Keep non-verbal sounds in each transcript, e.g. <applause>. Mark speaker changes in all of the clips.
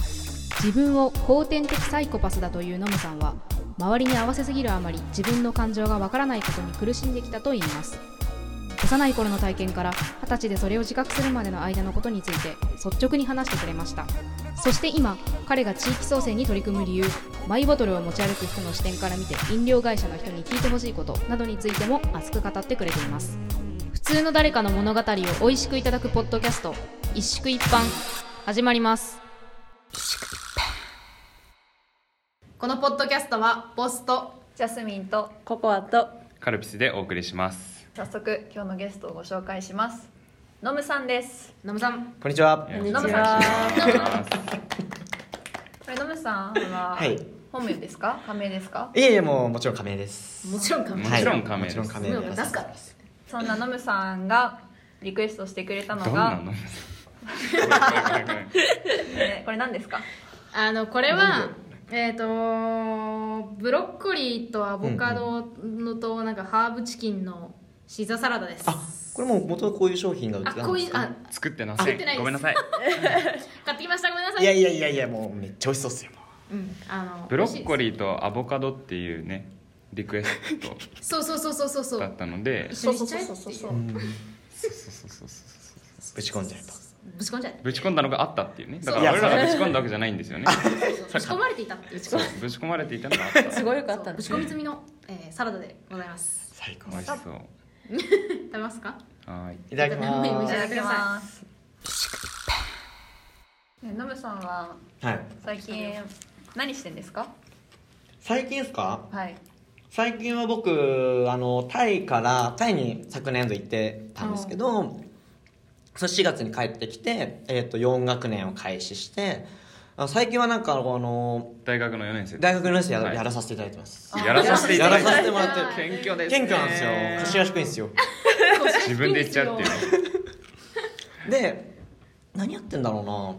Speaker 1: 自分を後天的サイコパスだというノムさんは周りに合わせすぎるあまり自分の感情がわからないことに苦しんできたといいます幼い頃の体験から二十歳でそれを自覚するまでの間のことについて率直に話してくれましたそして今彼が地域創生に取り組む理由マイボトルを持ち歩く人の視点から見て飲料会社の人に聞いてほしいことなどについても熱く語ってくれています普通の誰かの物語を美味しくいただくポッドキャスト一宿一般始まりますこのポッドキャストはボスと
Speaker 2: ジャスミンと
Speaker 3: ココアと
Speaker 4: カルピスでお送りします。
Speaker 2: 早速今日のゲストをご紹介しますノムさんです
Speaker 1: ノムさん
Speaker 5: こんにちは。
Speaker 4: よ
Speaker 3: ん
Speaker 4: ろ
Speaker 2: ノ
Speaker 4: しくお
Speaker 3: に
Speaker 2: ム
Speaker 4: 願い
Speaker 2: さん
Speaker 3: は
Speaker 2: これノムさんは
Speaker 5: はい。い
Speaker 2: 本名ですか仮名ですか
Speaker 5: えいえ、もうもちろん仮名です。
Speaker 3: もちろんか
Speaker 4: し
Speaker 3: も
Speaker 4: ます。
Speaker 5: は
Speaker 4: も
Speaker 5: い
Speaker 4: ちろん仮名
Speaker 5: も
Speaker 4: で
Speaker 5: ち
Speaker 4: す。ど
Speaker 5: ろん仮名です。
Speaker 2: そんなノムさんがリクエストしてくれたの
Speaker 4: んな
Speaker 2: が
Speaker 4: の？
Speaker 2: えーこれ何ですか
Speaker 6: あのこれはえっ、とブロッコリーとアボカドのとなんかハーブチキンのシザサラダです。
Speaker 5: あ、これも元々こういう商品が売って
Speaker 6: あ
Speaker 5: た
Speaker 6: こ
Speaker 5: ん
Speaker 6: う
Speaker 5: で
Speaker 6: い
Speaker 5: す
Speaker 6: う
Speaker 5: か
Speaker 6: あ
Speaker 4: 作ってな
Speaker 6: 作
Speaker 4: せ
Speaker 6: ってない
Speaker 4: ん。
Speaker 6: で
Speaker 4: ご
Speaker 6: す
Speaker 4: めんなさい。
Speaker 6: 買ってきましたごめんなさい。
Speaker 5: いやいやいやいや、もうめっちゃ美味しそうっすよ。
Speaker 6: うんあの
Speaker 4: ブロッコ
Speaker 6: ー。
Speaker 4: リーとアボカドっていうねリクエス
Speaker 6: そうそうそうそうそうそ
Speaker 4: トだ
Speaker 6: う
Speaker 4: っ。たので、
Speaker 6: 一緒にしちゃえっていう
Speaker 5: うん
Speaker 4: そうそうそうそう
Speaker 5: ぶち込んじゃえば。
Speaker 6: ぶち込んじゃえ。
Speaker 4: ぶち込んだのがあったっていうね。だか
Speaker 5: いや
Speaker 4: ら俺らがぶち込んだわけじゃないんですよね。
Speaker 6: ぶち込まれていたっていう。
Speaker 4: そうぶち込まれていたのがあった。
Speaker 3: すごいよかった
Speaker 6: ぶち込み済みの、えー、サラダでございます。
Speaker 5: 最高
Speaker 4: 美。味しそう。
Speaker 6: 食べますか？
Speaker 4: はーい。
Speaker 5: いただきま
Speaker 6: いただきます
Speaker 2: ねノムさんは
Speaker 5: す。はい。
Speaker 2: 最近何してんですか
Speaker 5: 最近ですか
Speaker 2: はい
Speaker 5: 最近は僕、あの、タイから、タイに昨年度行ってたんですけど、その4月に帰ってきて、えっと、4学年を開始して、あ最近はなんか、あの、
Speaker 4: 大学の四年生。
Speaker 5: 大学のやつや
Speaker 4: は
Speaker 5: ら
Speaker 4: い
Speaker 5: やらさせていただいてます。
Speaker 4: やらさせていただい
Speaker 5: やらさせてもらってる
Speaker 4: て謙虚です
Speaker 5: 謙
Speaker 4: ね。
Speaker 5: 虚なんですよ。頭低いんですよ。
Speaker 4: 自分で言っちゃうっていうね。
Speaker 5: で何やってんだろうな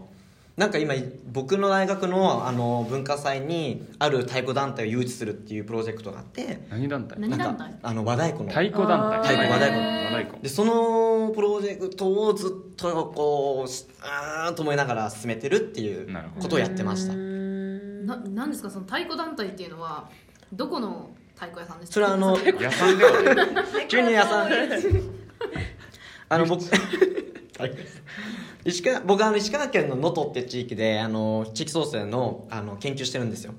Speaker 5: なんか今僕の大学のあの文化祭にある太鼓団体を誘致するっていうプロジェクトがあって
Speaker 4: 何団体？
Speaker 6: 何団体
Speaker 5: なんかあの和太鼓の
Speaker 4: 太鼓団体。
Speaker 5: 太鼓和太鼓
Speaker 4: 和太鼓。
Speaker 5: でそのプロジェクトをずっとこうしあーんと思いながら進めてるっていう
Speaker 4: なるほど
Speaker 5: ことをやってました
Speaker 6: ななんですかその太鼓団体っていうのはどこの太鼓屋さんですか？
Speaker 5: それはあの
Speaker 4: 野さんではない。
Speaker 5: 急に屋さん <laughs> あの僕石川僕あの石川県の能登って地域であの地域創生のあの研究してるんですよ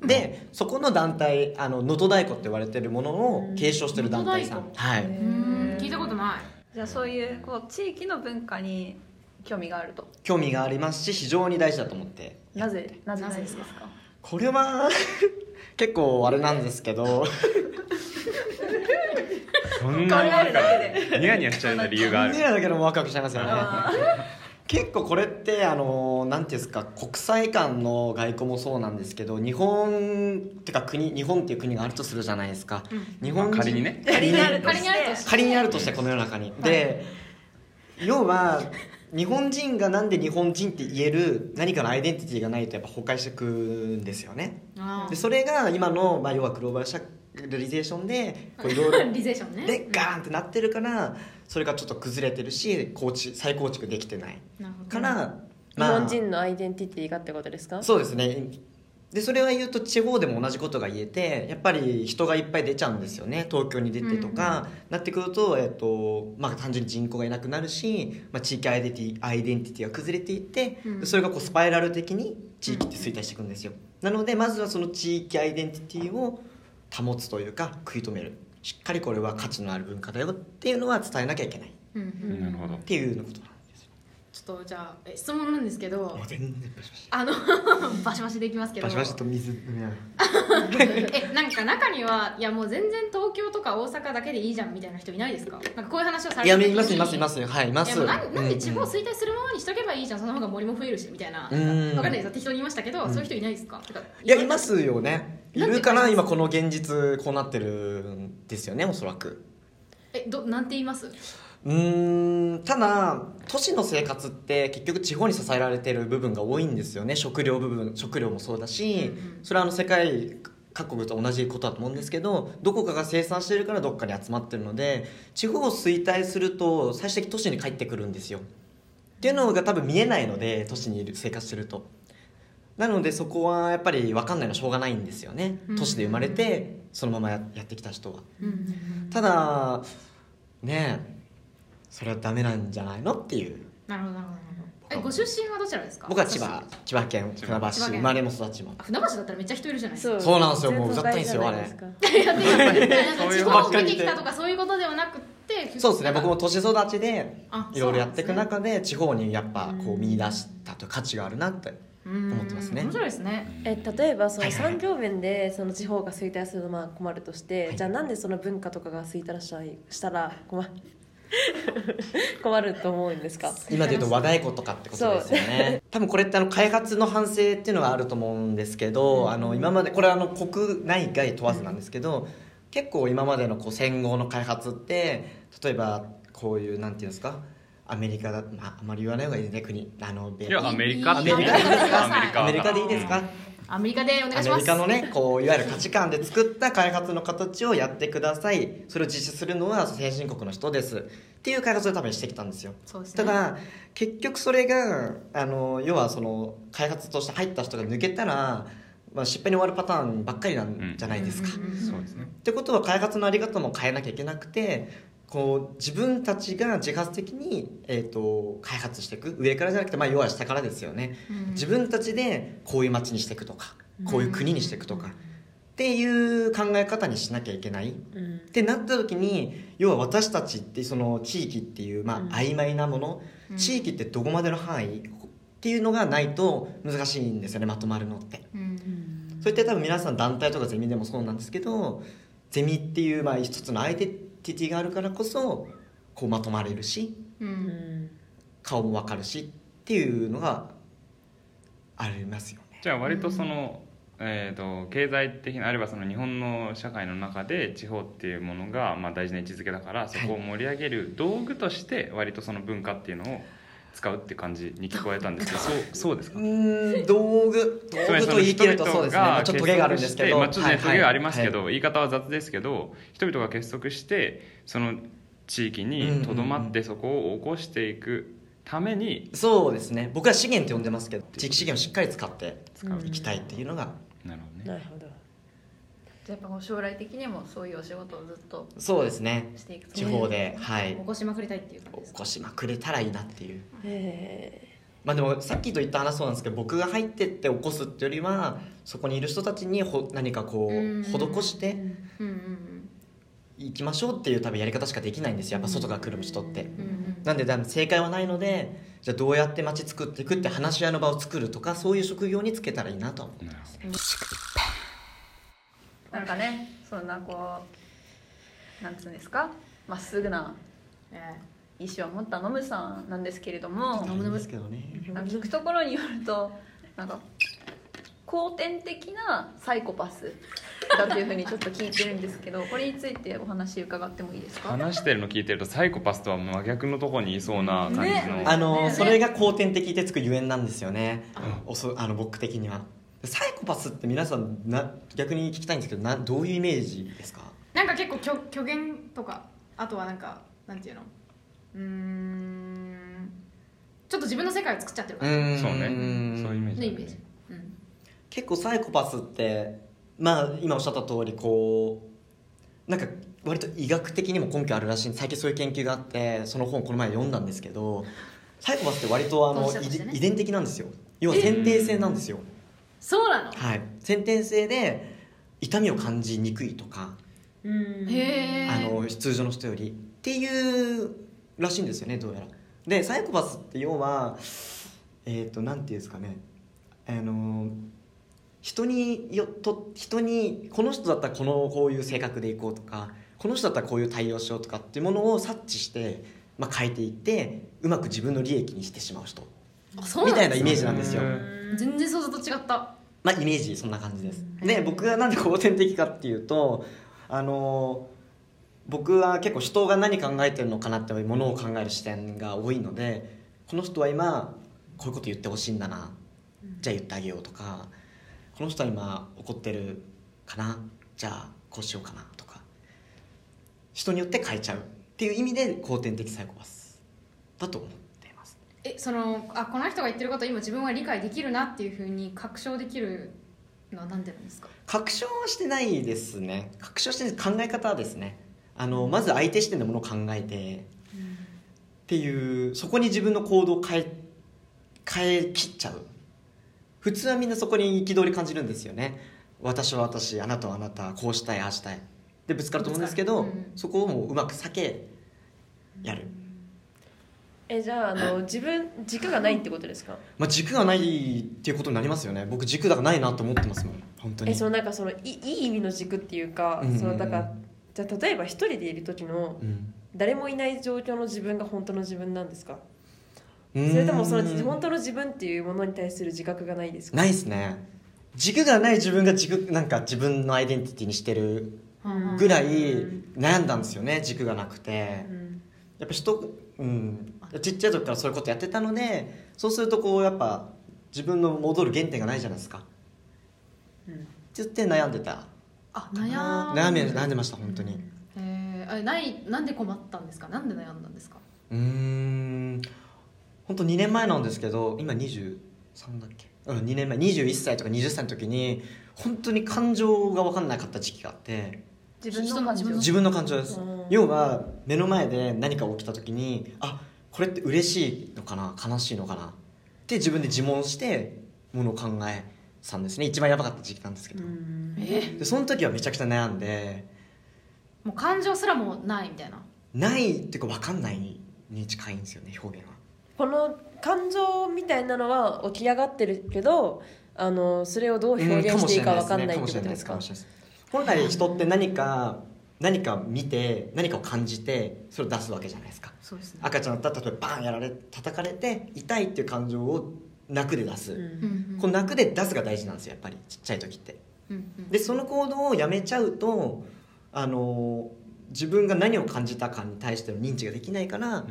Speaker 5: で、そこの団体あの能登太鼓って言われてるものを継承してる団体さ
Speaker 6: 能
Speaker 5: んは
Speaker 6: う
Speaker 5: い
Speaker 6: ーん聞いたことない。
Speaker 2: じゃあそういうこう地域の文化に興味があると
Speaker 5: 興味がありますし非常に大事だと思って
Speaker 2: なぜなぜ
Speaker 6: な
Speaker 2: な
Speaker 6: ぜ
Speaker 2: ぜ
Speaker 6: で
Speaker 2: ですす
Speaker 6: か
Speaker 2: か <laughs>
Speaker 5: これは結構あれなんですけど
Speaker 4: そん
Speaker 2: 考
Speaker 4: な
Speaker 2: えるだけで
Speaker 4: ニヤニヤしちゃうような理由がある
Speaker 5: 見。ないだけでもワクワクしちゃいますよね
Speaker 2: あ
Speaker 5: <laughs> 結構これってあのなんていうんですか国際間の外交もそうなんですけど日本ってか国日本っていう国があるとするじゃないですか、日本人、
Speaker 4: まあ仮にね
Speaker 2: 仮にあると
Speaker 6: 仮にあるとして
Speaker 5: 仮にあるとしてこの世の中に、で要は日本人がなんで日本人って言える何かのアイデンティティがないとやっぱ崩壊してくんですよね
Speaker 6: あ
Speaker 5: でそれが今の、まあ、要はグローバル社リゼーションで
Speaker 2: <laughs>
Speaker 5: こういろいろ
Speaker 6: ーリゼーションね。
Speaker 5: でガーンってなってるからそれがちょっと崩れてるし構築再構築できてない
Speaker 6: なるほど
Speaker 5: から、
Speaker 3: 日本人のアイデンティティがってことですか
Speaker 5: そうですねでそれは言うと地方でも同じことが言えてやっぱり人がいっぱい出ちゃうんですよね東京に出てとか、なってくると,、えっとまあ、単純に人口がいなくなるし、まあ、地域アイデンティアイデンティティが崩れていって、
Speaker 6: うん
Speaker 5: それがこうスパイラル的に地域って衰退していくんですよ、なのでまずはその地域アイデンティティを保つというか食い止めるしっかりこれは価値のある文化だよっていうのは伝えなきゃいけないっ
Speaker 6: うんうん
Speaker 4: なるほど。
Speaker 5: ていうようなことなんですよ
Speaker 6: ちょっとじゃあえ質問なんですけど
Speaker 5: もう全然バシバシ
Speaker 6: あの <laughs> バシバシできますけど
Speaker 5: バシバシと水飲みながら
Speaker 6: <laughs> えなんか中にはいやもう全然東京とか大阪だけでいいじゃんみたいな人いないですかなんかこういう話を
Speaker 5: い
Speaker 6: されて
Speaker 5: や、
Speaker 6: る時
Speaker 5: い
Speaker 6: に
Speaker 5: ます、います、います。はい、いま
Speaker 6: いや
Speaker 5: す。
Speaker 6: もうなんなんで地方
Speaker 5: うんうん
Speaker 6: 衰退するままにしとけばいいじゃんその方が森も増えるしみたいな
Speaker 5: うん
Speaker 6: なんかわかんないです適当に言いましたけど、
Speaker 5: うん
Speaker 6: そういう人いないですかてか
Speaker 5: いや、いますよね。い
Speaker 6: なんで
Speaker 5: るかな、
Speaker 6: います
Speaker 5: 今この現実、こうなってるんですよね、おそらく。
Speaker 6: えどなんて言います
Speaker 5: うーん、ただ、都市の生活って結局地方に支えられてる部分が多いんですよね。食料部分、食料もそうだし
Speaker 6: うんうん、
Speaker 5: それはあの世界各国と同じことだと思うんですけど、どこかが生産してるからどっかに集まってるので、地方を衰退すると最終的に都市に帰ってくるんですよ。っていうのが多分見えないので、都市にいる生活してると。なのでそこはやっぱり分かんないのはしょうがないんですよね
Speaker 6: うん
Speaker 5: 都市で生まれてそのままややってきた人は
Speaker 6: うん
Speaker 5: ただねえそれはダメなんじゃないのっていう
Speaker 6: なるほどなるほどえご出身はどちらですか
Speaker 5: 僕は千葉千葉県船橋市
Speaker 6: 千葉県
Speaker 5: 生まれも育ちも
Speaker 6: あ船橋だったらめっちゃ人いるじゃないです
Speaker 3: そ
Speaker 6: か
Speaker 3: う
Speaker 5: そうなんですよもう歌ったんですよあれ
Speaker 6: いやてかなん
Speaker 4: そう
Speaker 6: か
Speaker 4: い
Speaker 6: <laughs> 地
Speaker 4: うば
Speaker 6: 方
Speaker 5: っ
Speaker 6: を
Speaker 5: か
Speaker 6: 出
Speaker 5: りで
Speaker 6: てきたとかそういうことではなくって
Speaker 5: そうですね僕も都市育ちで
Speaker 6: あ
Speaker 5: いろいろやっていく
Speaker 6: そうなんで
Speaker 5: 中で地方にやっぱこう見出したという価値があるなって
Speaker 6: すね
Speaker 5: 思ってますね
Speaker 6: うん面白いですね
Speaker 3: え例えばそ
Speaker 5: は
Speaker 3: の
Speaker 5: いはいはい
Speaker 3: 産業面でその地方が衰退するのは困るとして、
Speaker 5: はい
Speaker 3: じゃあなんでその文化とかが衰退したいしたら困 <laughs> 困ると思うんですか
Speaker 5: 今で言うと和太鼓とかってことですよね <laughs> 多分これってあの開発の反省っていうのがあると思うんですけど、あの今までこれはあの国内外問わずなんですけど、結構今までのこう戦後の開発って例えばこういうなんていうんですかアメリカだ、まあ、あまり言わない方がいいですね国あの米
Speaker 4: いやアメリカ
Speaker 6: アメリカでいいですか
Speaker 4: アメリカ
Speaker 5: アメリカでいいですか、
Speaker 6: アメリカでお願
Speaker 5: ア
Speaker 6: いし
Speaker 5: メ
Speaker 6: ま
Speaker 5: リ
Speaker 6: す
Speaker 5: カのねこういわゆる価値観で作った開発の形をやってくださいそれを実施するのは先進国の人ですっていう開発を多分してきたんですよ
Speaker 6: そうですね
Speaker 5: ただ結局それがあの要はその開発として入った人が抜けたら、まあ、失敗に終わるパターンばっかりなんじゃないですか。
Speaker 6: うんうんうん
Speaker 4: そうですね
Speaker 5: ってことは開発のあり方も変えなきゃいけなくてこう自分たちが自発的に、えー、と開発していく上からじゃなくて、まあ、要は下からですよね、
Speaker 6: うん
Speaker 5: 自分たちでこういう街にしていくとかこういう国にしていくとか、っていう考え方にしなきゃいけない
Speaker 3: うん
Speaker 5: ってなった時に要は私たちってその地域っていう、まあ、曖昧なもの、地域ってどこまでの範囲っていうのがないと難しいんですよねまとまるのって。
Speaker 6: うん
Speaker 5: それって多分皆さん団体とかゼミでもそうなんですけどゼミっていうまあ一つのアイデンティティがあるからこそこうまとまれるし
Speaker 6: う
Speaker 3: うんん
Speaker 5: 顔もわかるしっていうのがありますよね。
Speaker 4: じゃあ割とその、えー、と経済的なあるいはその日本の社会の中で地方っていうものがまあ大事な位置づけだからそこを盛り上げる道具として割とその文化っていうのを使うって感じに聞こえたんですけどそうそうです
Speaker 5: う
Speaker 4: か
Speaker 5: ーん道具道具と言い切るとそうですね、まあ、ちょっとトゲがあるんですけど、
Speaker 4: まあ、ちょっとね、
Speaker 5: はい
Speaker 4: トゲがありますけど、
Speaker 5: は
Speaker 4: 言い
Speaker 5: い
Speaker 4: 方は雑ですけど人々が結束してその地域にとどまってそこを起こしていくために
Speaker 5: そうですね僕は資源って呼んでますけど地域資源をしっかり使って
Speaker 4: 使う、
Speaker 5: いきたいっていうのが、
Speaker 4: なるほどね
Speaker 3: なるほど
Speaker 2: じゃあやっぱこう将来的にもそういうお仕事をずっと
Speaker 5: そうですね
Speaker 2: していく
Speaker 5: 地方で、はい
Speaker 6: 起こしまくりたいっていう感じです
Speaker 5: 起こしまくれたらいいなっていう
Speaker 3: え
Speaker 5: まあでもさっきと言った話そうなんですけど僕が入ってって起こすってよりはそこにいる人たちにほ何かこ
Speaker 6: うん
Speaker 5: う施して
Speaker 6: うんうん
Speaker 5: いきましょうっていう多分やり方しかできないんですよやっぱ外が来る人って。
Speaker 6: うんうん
Speaker 5: なんで多分正解はないのでじゃあどうやって街作っていくって話し合いの場を作るとかそういう職業につけたらいいなとは思う
Speaker 4: なるほど
Speaker 2: なんかねそんなこうなんつうんですかまっすぐな
Speaker 6: え
Speaker 2: 意思を持ったノムさんなんですけれども
Speaker 5: 思うんですけどね。
Speaker 2: なんか聞くところによるとなんか後天的なサイコパス <laughs> だというふうにちょっと聞いてるんですけどこれについてお話伺ってもいいですか
Speaker 4: 話してるの聞いてるとサイコパスとは真逆のとこにいそうな感じの、
Speaker 2: ね
Speaker 5: あの
Speaker 2: ね
Speaker 5: それが後天的でつくゆえんなんですよね、おそあの僕的にはサイコパスって皆さんな逆に聞きたいんですけどなどういうイメージですか
Speaker 6: なんか結構虚虚言とかあとはなんかなんていうのうーんちょっと自分の世界を作っちゃってる
Speaker 5: う
Speaker 6: から
Speaker 5: ーん
Speaker 4: そうねそういうイメージ
Speaker 6: の
Speaker 4: だ
Speaker 6: イ
Speaker 4: よ
Speaker 6: メー
Speaker 4: ね
Speaker 6: ジ、うん、
Speaker 5: 結構サイコパスってまあ今おっしゃった通りこうなんか割と医学的にも根拠あるらしい最近そういう研究があってその本をこの前読んだんですけどサイコパスって割とあの
Speaker 6: 当事者としてね
Speaker 5: 遺遺伝的なんですよ要は先天性なんですよ、
Speaker 6: そうなの
Speaker 5: はい先天性で痛みを感じにくいとか
Speaker 3: ーうん
Speaker 6: へえ
Speaker 5: あの通常の人よりっていうらしいんですよねどうやらでサイコパスって要はえっ、となんていうんですかねあの人によと人にこの人だったらこのこういう性格でいこうとかこの人だったらこういう対応しようとかっていうものを察知して、まあ、変えていってうまく自分の利益にしてしまう人
Speaker 6: あそう
Speaker 5: み
Speaker 6: なん
Speaker 5: たいな
Speaker 6: だ
Speaker 5: イメージなんですよ。
Speaker 6: 全然想像と違った
Speaker 5: まあイメージそんな感じです。
Speaker 6: うん
Speaker 5: で僕がなんで後天的かっていうとあの僕は結構人が何考えてるのかなってものを考える視点が多いのでこの人は今こういうこと言ってほしいんだなじゃあ言ってあげようとかこの人は今怒ってるかなじゃあこうしようかなとか人によって変えちゃうっていう意味で後天的サイコパスだと思っています。
Speaker 6: えそのあこの人が言ってること今自分は理解できるなっていうふうに確証できるのは何でなんですか
Speaker 5: 確証はしてないですね確証してない考え方ですねあのまず相手視点のものを考えてっていうそこに自分の行動を変え変え切っちゃう普通はみんなそこに憤り感じるんですよね私は私あなたはあなたこうしたいああしたいでぶつかると思うんですけど、
Speaker 6: ぶつかるうん
Speaker 5: そこをもううまく避けやる、
Speaker 3: えじゃああの自分軸がないってことですか
Speaker 5: まあ、軸がないっていうことになりますよね僕軸がないなと思ってますもん本当に
Speaker 3: えそのなんかそのいいい意味の軸っていうか、
Speaker 5: うん
Speaker 3: そのだからじゃあ例えば一人でいる時の
Speaker 5: うん
Speaker 3: 誰もいない状況の自分が本当の自分なんですか
Speaker 5: そ
Speaker 3: それともその本当の自分っていうものに対する自覚がないですか
Speaker 5: ないですね軸がない自分が軸なんか自分のアイデンティティにしてるぐらい悩んだんですよね軸がなくて
Speaker 3: うん
Speaker 5: やっぱ人、うん、ちっちゃい時からそういうことやってたのでそうするとこうやっぱ自分の戻る原点がないじゃないですか
Speaker 3: うん
Speaker 5: つって悩んでた
Speaker 6: あ悩
Speaker 5: 悩み悩んでました本当に
Speaker 6: えー、あないなんで困ったんですかなんで悩んだんですか
Speaker 5: うーん本当2年前なんですけど今23だっけうん2年前21歳とか20歳の時に本当に感情が分かんなかった時期があって
Speaker 2: 自分の感情
Speaker 6: 自分の
Speaker 5: 自分の感情です
Speaker 3: うん
Speaker 5: 要は目の前で何か起きた時にあこれって嬉しいのかな悲しいのかなって自分で自問してものを考えたんですね一番やばかった時期なんですけど、
Speaker 3: うん
Speaker 6: え
Speaker 5: でその時はめちゃくちゃ悩んで
Speaker 6: もう感情すらもないみたいな
Speaker 5: ないっていうか分かんないに近いんですよね表現は
Speaker 3: この感情みたいなのは起き上がってるけどあのそれをどう表現していいか分かんないってことですか,、
Speaker 5: うんもしれないですねもしれないです本来人って何か何か見て何かを感じてそれを出すわけじゃないですか
Speaker 6: そうですね
Speaker 5: 赤ちゃんだったら例えばバーンやられ叩かれて痛いっていう感情を泣くで出す、
Speaker 3: うん
Speaker 6: うん
Speaker 5: この泣くで出すが大事なんですよやっぱりちっちゃい時って
Speaker 6: うんうん
Speaker 5: でその行動をやめちゃうとあの自分が何を感じたかに対しての認知ができないから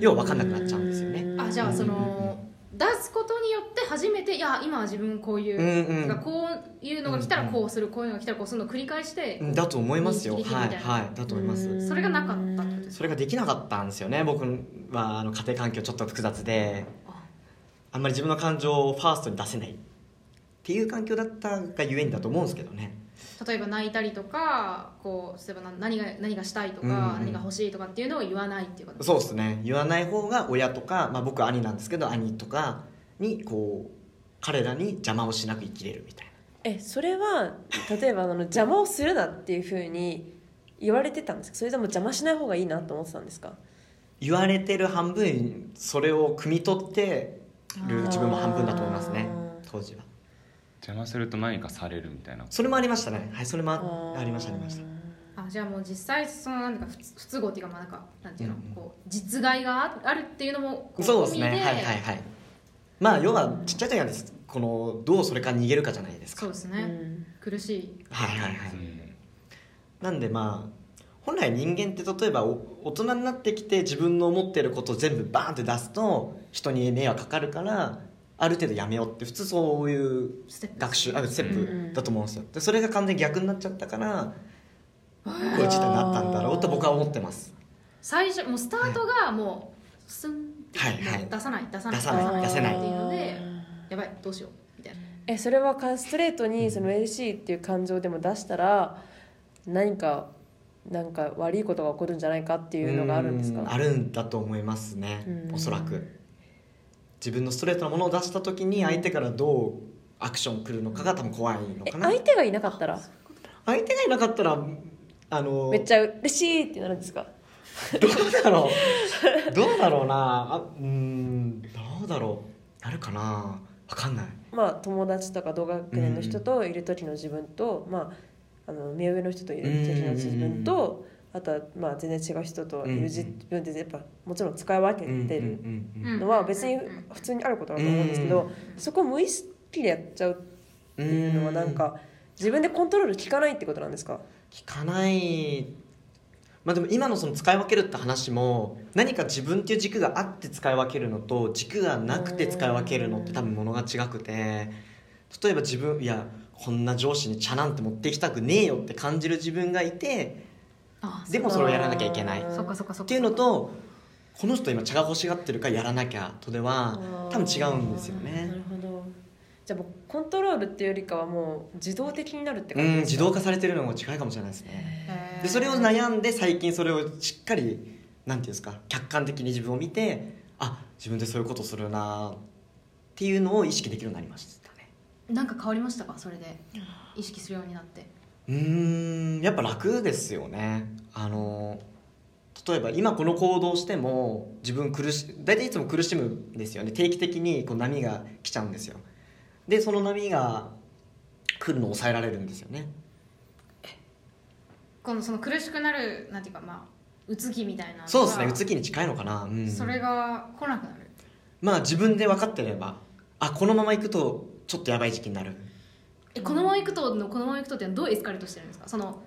Speaker 5: 要は分かんなくなっちゃうんですよね
Speaker 6: あじゃあその出すことによって初めていや今は自分こういうう、
Speaker 5: んう
Speaker 6: てか
Speaker 5: ん
Speaker 6: こういうのが来たらこうする、こういうのが来たらこうするのを繰り返して、
Speaker 5: うんだと思いますよ
Speaker 6: 認
Speaker 5: は
Speaker 6: 知できるみ
Speaker 5: い
Speaker 6: たいな
Speaker 5: はいだと思います
Speaker 3: うん
Speaker 6: それがなかったってことです
Speaker 5: それができなかったんですよね僕はあの家庭環境ちょっと複雑で
Speaker 6: あ
Speaker 5: あんまり自分の感情をファーストに出せないっていう環境だったがゆえにだと思うんですけどね
Speaker 6: 例えば泣いたりとかこう例えばな何が何がしたいとか、
Speaker 5: うんうん
Speaker 6: 何が欲しいとかっていうのを言わないっていうこと
Speaker 5: そうですね言わない方が親とか、まあ、僕は兄なんですけど兄とかにこう彼らに邪魔をしなく生きれるみたいな
Speaker 3: えそれは例えばあの邪魔をするなっていうふうに言われてたんですかそれとも邪魔しない方がいいなと思ってたんですか
Speaker 5: 言われてる半分それを汲み取ってる自分も半分だと思いますね
Speaker 3: あー
Speaker 5: 当時は
Speaker 4: 邪魔すると何かされるみたいな
Speaker 5: それもありましたねはいそれもあ
Speaker 3: ー
Speaker 5: ありましたありました
Speaker 6: あじゃあもう実際そのなんか不不都合っていうかまあなんかなんていうの、
Speaker 5: うんうん
Speaker 6: こう実害がああるっていうのもこ
Speaker 5: そうですね
Speaker 6: 込
Speaker 5: は
Speaker 6: み
Speaker 5: いはいはいまあ要はちっちゃい時はですこのどうそれから逃げるかじゃないですか
Speaker 6: そうです
Speaker 3: う
Speaker 6: ね、
Speaker 3: ん
Speaker 6: 苦しい
Speaker 5: はいはいはい、
Speaker 4: うん
Speaker 5: なんでまあ本来人間って例えばお大人になってきて自分の思ってることを全部バーンって出すと人に迷惑かかるからある程度やめようって普通そういう
Speaker 6: ステップ
Speaker 5: 学習あステップだと思うんですよでそれが完全に逆になっちゃったからこ
Speaker 6: ー
Speaker 5: ういう事態になったんだろうと僕は思ってます
Speaker 6: 最初もうスタートがもうスンって、
Speaker 5: はいはい
Speaker 6: 出さない出さない
Speaker 5: 出さない
Speaker 6: 出
Speaker 5: 出
Speaker 6: さ
Speaker 5: せ
Speaker 6: な
Speaker 5: ないい
Speaker 6: っていうので
Speaker 3: あー
Speaker 6: やばいどうしようみたいな
Speaker 3: えそれはかストレートにその LC っていう感情でも出したら何かなんか悪いことが起こるんじゃないかっていうのがあるんですか
Speaker 5: うあるんだと思いますね
Speaker 3: うん
Speaker 5: おそらく自分のストレートなものを出した時に相手からどうアクション来るのかが多分怖いの
Speaker 3: え
Speaker 5: かな
Speaker 3: 相手がいなかったら
Speaker 5: 相手がいなかったらあの
Speaker 3: めっちゃ嬉しいってなるんですか
Speaker 5: どうだろ
Speaker 3: <laughs>
Speaker 5: うどうだろうなあうーんどうだろうなるかなわかんない
Speaker 3: まあ友達とか同学年の人といる時の自分と、まああの目上の人といる時の自分と、あとはまあ全然違う人といる自分ってやっぱもちろん使い分けて
Speaker 5: う
Speaker 3: る
Speaker 5: ん
Speaker 6: うん
Speaker 3: のは別に普通にあることだと思うんですけど、そこを無意識でやっちゃう
Speaker 5: う
Speaker 3: っ
Speaker 5: ん
Speaker 3: ていうのはなんか自分でコントロール効かないってことなんですか
Speaker 5: 聞かないまあでも今のその使い分けるって話も何か自分っていう軸があって使い分けるのと軸がなくて使い分けるのって多分ものが違くて例えば自分いやこんな上司に茶なんて持ってきたくねえよって感じる自分がいて
Speaker 6: あ
Speaker 5: でもそれをやらなきゃいけない
Speaker 6: そっかそっかそっか
Speaker 5: っていうのとこの人今茶が欲しがってるからやらなきゃとでは多分違うんですよ
Speaker 3: なる
Speaker 5: ね
Speaker 3: ほどじゃあもうコントロールっていうよりかはもう自動的になるって
Speaker 5: う
Speaker 3: 感じ
Speaker 5: ん
Speaker 3: です
Speaker 5: 自
Speaker 3: か
Speaker 5: 動化されてるのも近いかもしれないですね
Speaker 6: へー
Speaker 5: でそれを悩んで最近それをしっかりなんていうんですか客観的に自分を見てあ自分でそういうことするなっていうのを意識できるようになりましたね
Speaker 6: なんか変わりましたかそれで意識するようになって
Speaker 5: うーんやっぱ楽ですよねあの例えば今この行動しても自分苦し大体いつも苦しむんですよね定期的にこう波が来ちゃうんですよでその波が来るのを抑えられるんですよね
Speaker 6: このその苦しくなるなんていうかまあうつ気みたいなのが
Speaker 5: そうですねうつ気に近いのかな、うん、
Speaker 6: それが来なくなる
Speaker 5: まあ自分で分かってればあこのまま行くとちょっとやばい時期になる
Speaker 6: えこのまま行くとのこのまま行くとってのはどうエスカレートしてるんですかその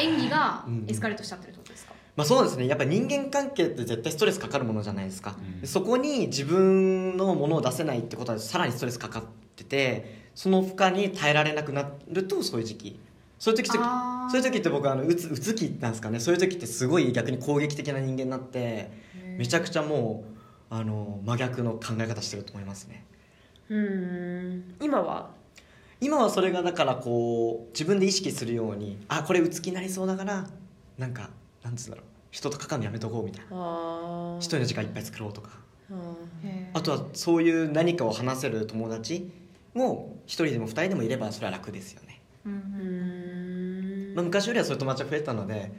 Speaker 6: 演技が
Speaker 5: うん
Speaker 6: エスカレートしちゃってるってことですか、
Speaker 5: まあそうですねやっぱ人間関係って絶対ストレスかかるものじゃないですか、
Speaker 4: うん
Speaker 5: でそこに自分のものを出せないってことはさらにストレスかかっててその負荷に耐えられなくなるとそういう時期そういう時って
Speaker 6: あー
Speaker 5: そういう時って僕あのうつうつ気なんですかねそういう時ってすごい逆に攻撃的な人間になってめちゃくちゃもうあの真逆の考え方してると思いますね
Speaker 3: うん今は
Speaker 5: 今はそれがだからこう自分で意識するようにあこれうつ気になりそうだからなんかなんつうんだろう人と関わるのやめとこうみたいな
Speaker 3: あー
Speaker 5: 一人の時間いっぱい作ろうとか
Speaker 3: あ
Speaker 6: へー
Speaker 5: あとはそういう何かを話せる友達も一人でも二人でもいればそれは楽ですよね、
Speaker 6: うんうん
Speaker 3: ーうーん
Speaker 5: まあ、昔よりはそういう友達が増えたので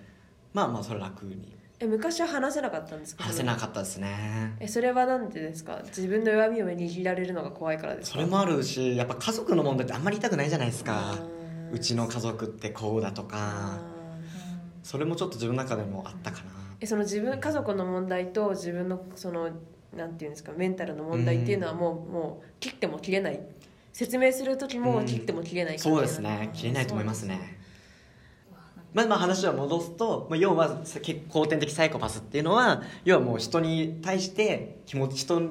Speaker 5: まあまあそれは楽に
Speaker 3: え昔は話せなかったんですか
Speaker 5: 話せなかったですね
Speaker 3: えそれはなんでですか自分の弱みを握られるのが怖いからです
Speaker 5: そ
Speaker 3: か
Speaker 5: れもあるしやっぱ家族の問題ってあんまり言いたくないじゃないですか
Speaker 3: ー
Speaker 5: うちの家族ってこうだとか
Speaker 3: あー
Speaker 5: それもちょっと自分の中でもあったかな
Speaker 3: えその自分家族の問題と自分のそのなんていうんですかメンタルの問題っていうのはもう,、もう切っても切れない説明する時
Speaker 5: う
Speaker 3: も
Speaker 5: ん
Speaker 3: 切っても切れない
Speaker 5: そうですね切れないと思いますねまあ、まあ話を戻すと、まあ、要はさ結後天的サイコパスっていうのは要はもう人に対して気持ち人、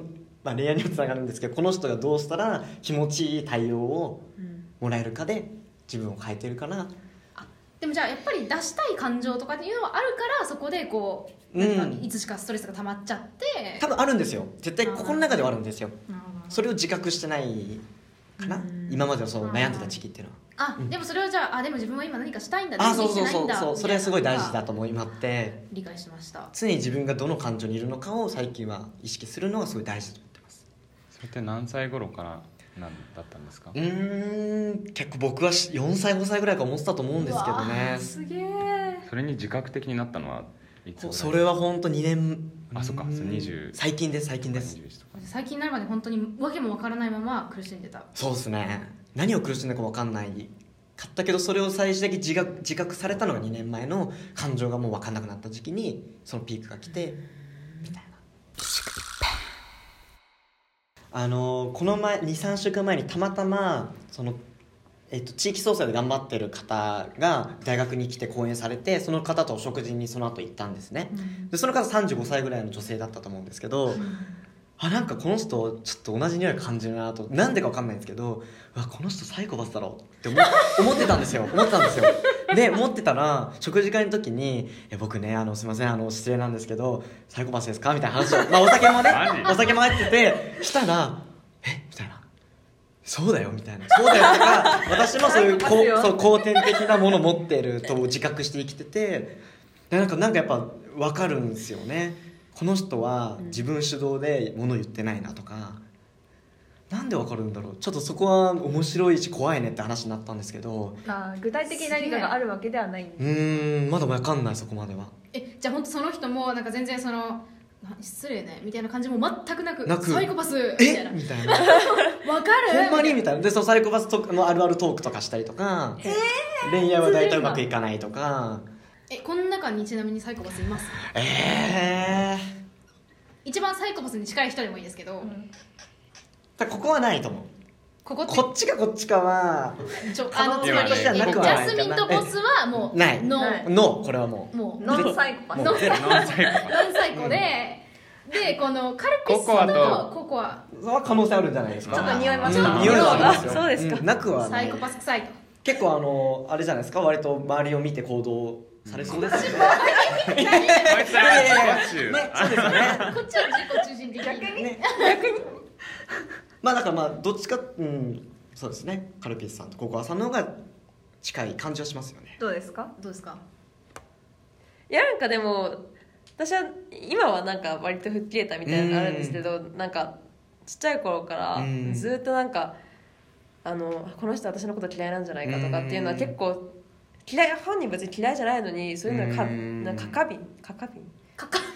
Speaker 5: まあ、恋愛にもつながるんですけどこの人がどうしたら気持ちいい対応をもらえるかで自分を変えてるかな
Speaker 6: でもじゃあやっぱり出したい感情とかっていうのはあるからそこでこうなん
Speaker 5: う
Speaker 6: か
Speaker 5: ん
Speaker 6: いつしかストレスが溜まっちゃって、
Speaker 5: 多分あるんですよ絶対心の中ではあるんですよ
Speaker 6: なるほど
Speaker 5: それを自覚してないかな今までのその悩んでた時期っていうのは
Speaker 6: あ、
Speaker 5: うん
Speaker 6: でもそれはじゃああでも自分は今何かしたいんだ
Speaker 5: あ
Speaker 6: 何
Speaker 5: そうそう
Speaker 6: しない
Speaker 5: そ
Speaker 6: ん
Speaker 5: う
Speaker 6: だ
Speaker 5: そうそれはすごい大事だ
Speaker 6: み
Speaker 5: と思う今って
Speaker 6: たいなのが理解しました
Speaker 5: 常に自分がどの感情にいるのかを最近は意識するのがすごい大事だと思ってます
Speaker 4: それって何歳頃からなんだったんですか
Speaker 5: うーん結構僕はし4歳5歳ぐらいから思ってたと思うんですけどね
Speaker 6: すげえ
Speaker 4: それに自覚的になったのはいつぐらい
Speaker 5: それは本当2年
Speaker 4: あそっか
Speaker 5: うん
Speaker 4: そう20
Speaker 5: 最近です最近です
Speaker 4: 21とか
Speaker 6: 最近になるまで本当に訳もわからないまま苦しんでた
Speaker 5: そうですね何を苦しんだか分かんないかったけどそれを最終的に自覚自覚されたのが2年前の感情がもう分かんなくなった時期にそのピークが来てみたいなあのこの前23週間前にたまたまそのえっと、地域創生で頑張ってる方が大学に来て講演されてその方とお食事にその後行ったんですねでその方35歳ぐらいの女性だったと思うんですけどあなんかこの人ちょっと同じ匂い感じるなとなんでか分かんないんですけどうわこの人サイコパスだろう <laughs> って思思ってたんですよ思ってたんですよで思ってたら食事会の時に「え僕ねあのすいませんあの失礼なんですけどサイコパスですか?」みたいな話を、まあ、お酒もね
Speaker 4: マジ
Speaker 5: お酒も入っててしたら「えみたいな。そうだよみたいなそうだよとか私もそういう <laughs> こうそう後天的なもの持ってると自覚して生きててでなんかなんかやっぱ分かるんですよねこの人は自分主導で物言ってないなとか、なんで分かるんだろうちょっとそこは面白いし怖いねって話になったんですけど
Speaker 2: あー具体的に何かがあるわけではないん
Speaker 5: うーんまだ分かんないそこまでは
Speaker 6: えじゃあ本当その人もなんか全然そのな失礼ねみたいな感じも全くなく
Speaker 5: なく
Speaker 6: サイコパスみたい
Speaker 5: え
Speaker 6: な
Speaker 5: みたいな
Speaker 6: わかる
Speaker 5: ほんまにみたいなでそのサイコパスとかのあるあるトークとかしたりとか、恋愛は大体うまくいかないとか
Speaker 6: えこの中にちなみにサイコパスいます
Speaker 5: ええー
Speaker 6: 一番サイコパスに近い人でもいいですけど、
Speaker 5: だからここはないと思う
Speaker 6: ここって
Speaker 5: こっちかこっちかは
Speaker 6: ちょあのつ
Speaker 4: 可能
Speaker 6: まり、
Speaker 4: 性は
Speaker 5: なく
Speaker 6: ジ
Speaker 5: はないかな
Speaker 6: ャスミンとボスはもう
Speaker 5: ない
Speaker 6: ノ
Speaker 2: な
Speaker 6: ー
Speaker 2: い
Speaker 5: ノーこれはもう
Speaker 6: もうノ
Speaker 2: ノンサイコパス
Speaker 5: もうゼロ
Speaker 4: 何歳か
Speaker 6: ンサイコで、でこのカルピス
Speaker 4: ココア
Speaker 6: と
Speaker 4: と
Speaker 6: ココア
Speaker 5: それは可能性あるんじゃないですか
Speaker 4: ちょっと
Speaker 2: 匂います
Speaker 5: うん匂いはありますよ
Speaker 3: そうですか
Speaker 5: んなくはな
Speaker 6: サイ
Speaker 5: い
Speaker 6: コパス臭いと
Speaker 5: 結構あのあれじゃないですか割と周りを見て行動されそうですよね。
Speaker 4: こいつら
Speaker 5: ね
Speaker 4: 宇宙
Speaker 5: ねそうですよね。
Speaker 6: こっちは自己中心的逆に
Speaker 5: ねまあだからまあどっちかうんそうですねカルピスさんとココアさんの方が近い感じはしますよね。
Speaker 2: どうですか
Speaker 6: どうですか
Speaker 3: いやなんかでも私は今はなんか割と吹っ切れたみたいなのがあるんですけど、なんかちっちゃい頃から
Speaker 5: うん
Speaker 3: ずっとなんか、あのこの人私のこと嫌いなんじゃないかとかっていうのは結構嫌い本人別に嫌いじゃないのにそういうのがか
Speaker 5: うん
Speaker 3: なんか過敏過過敏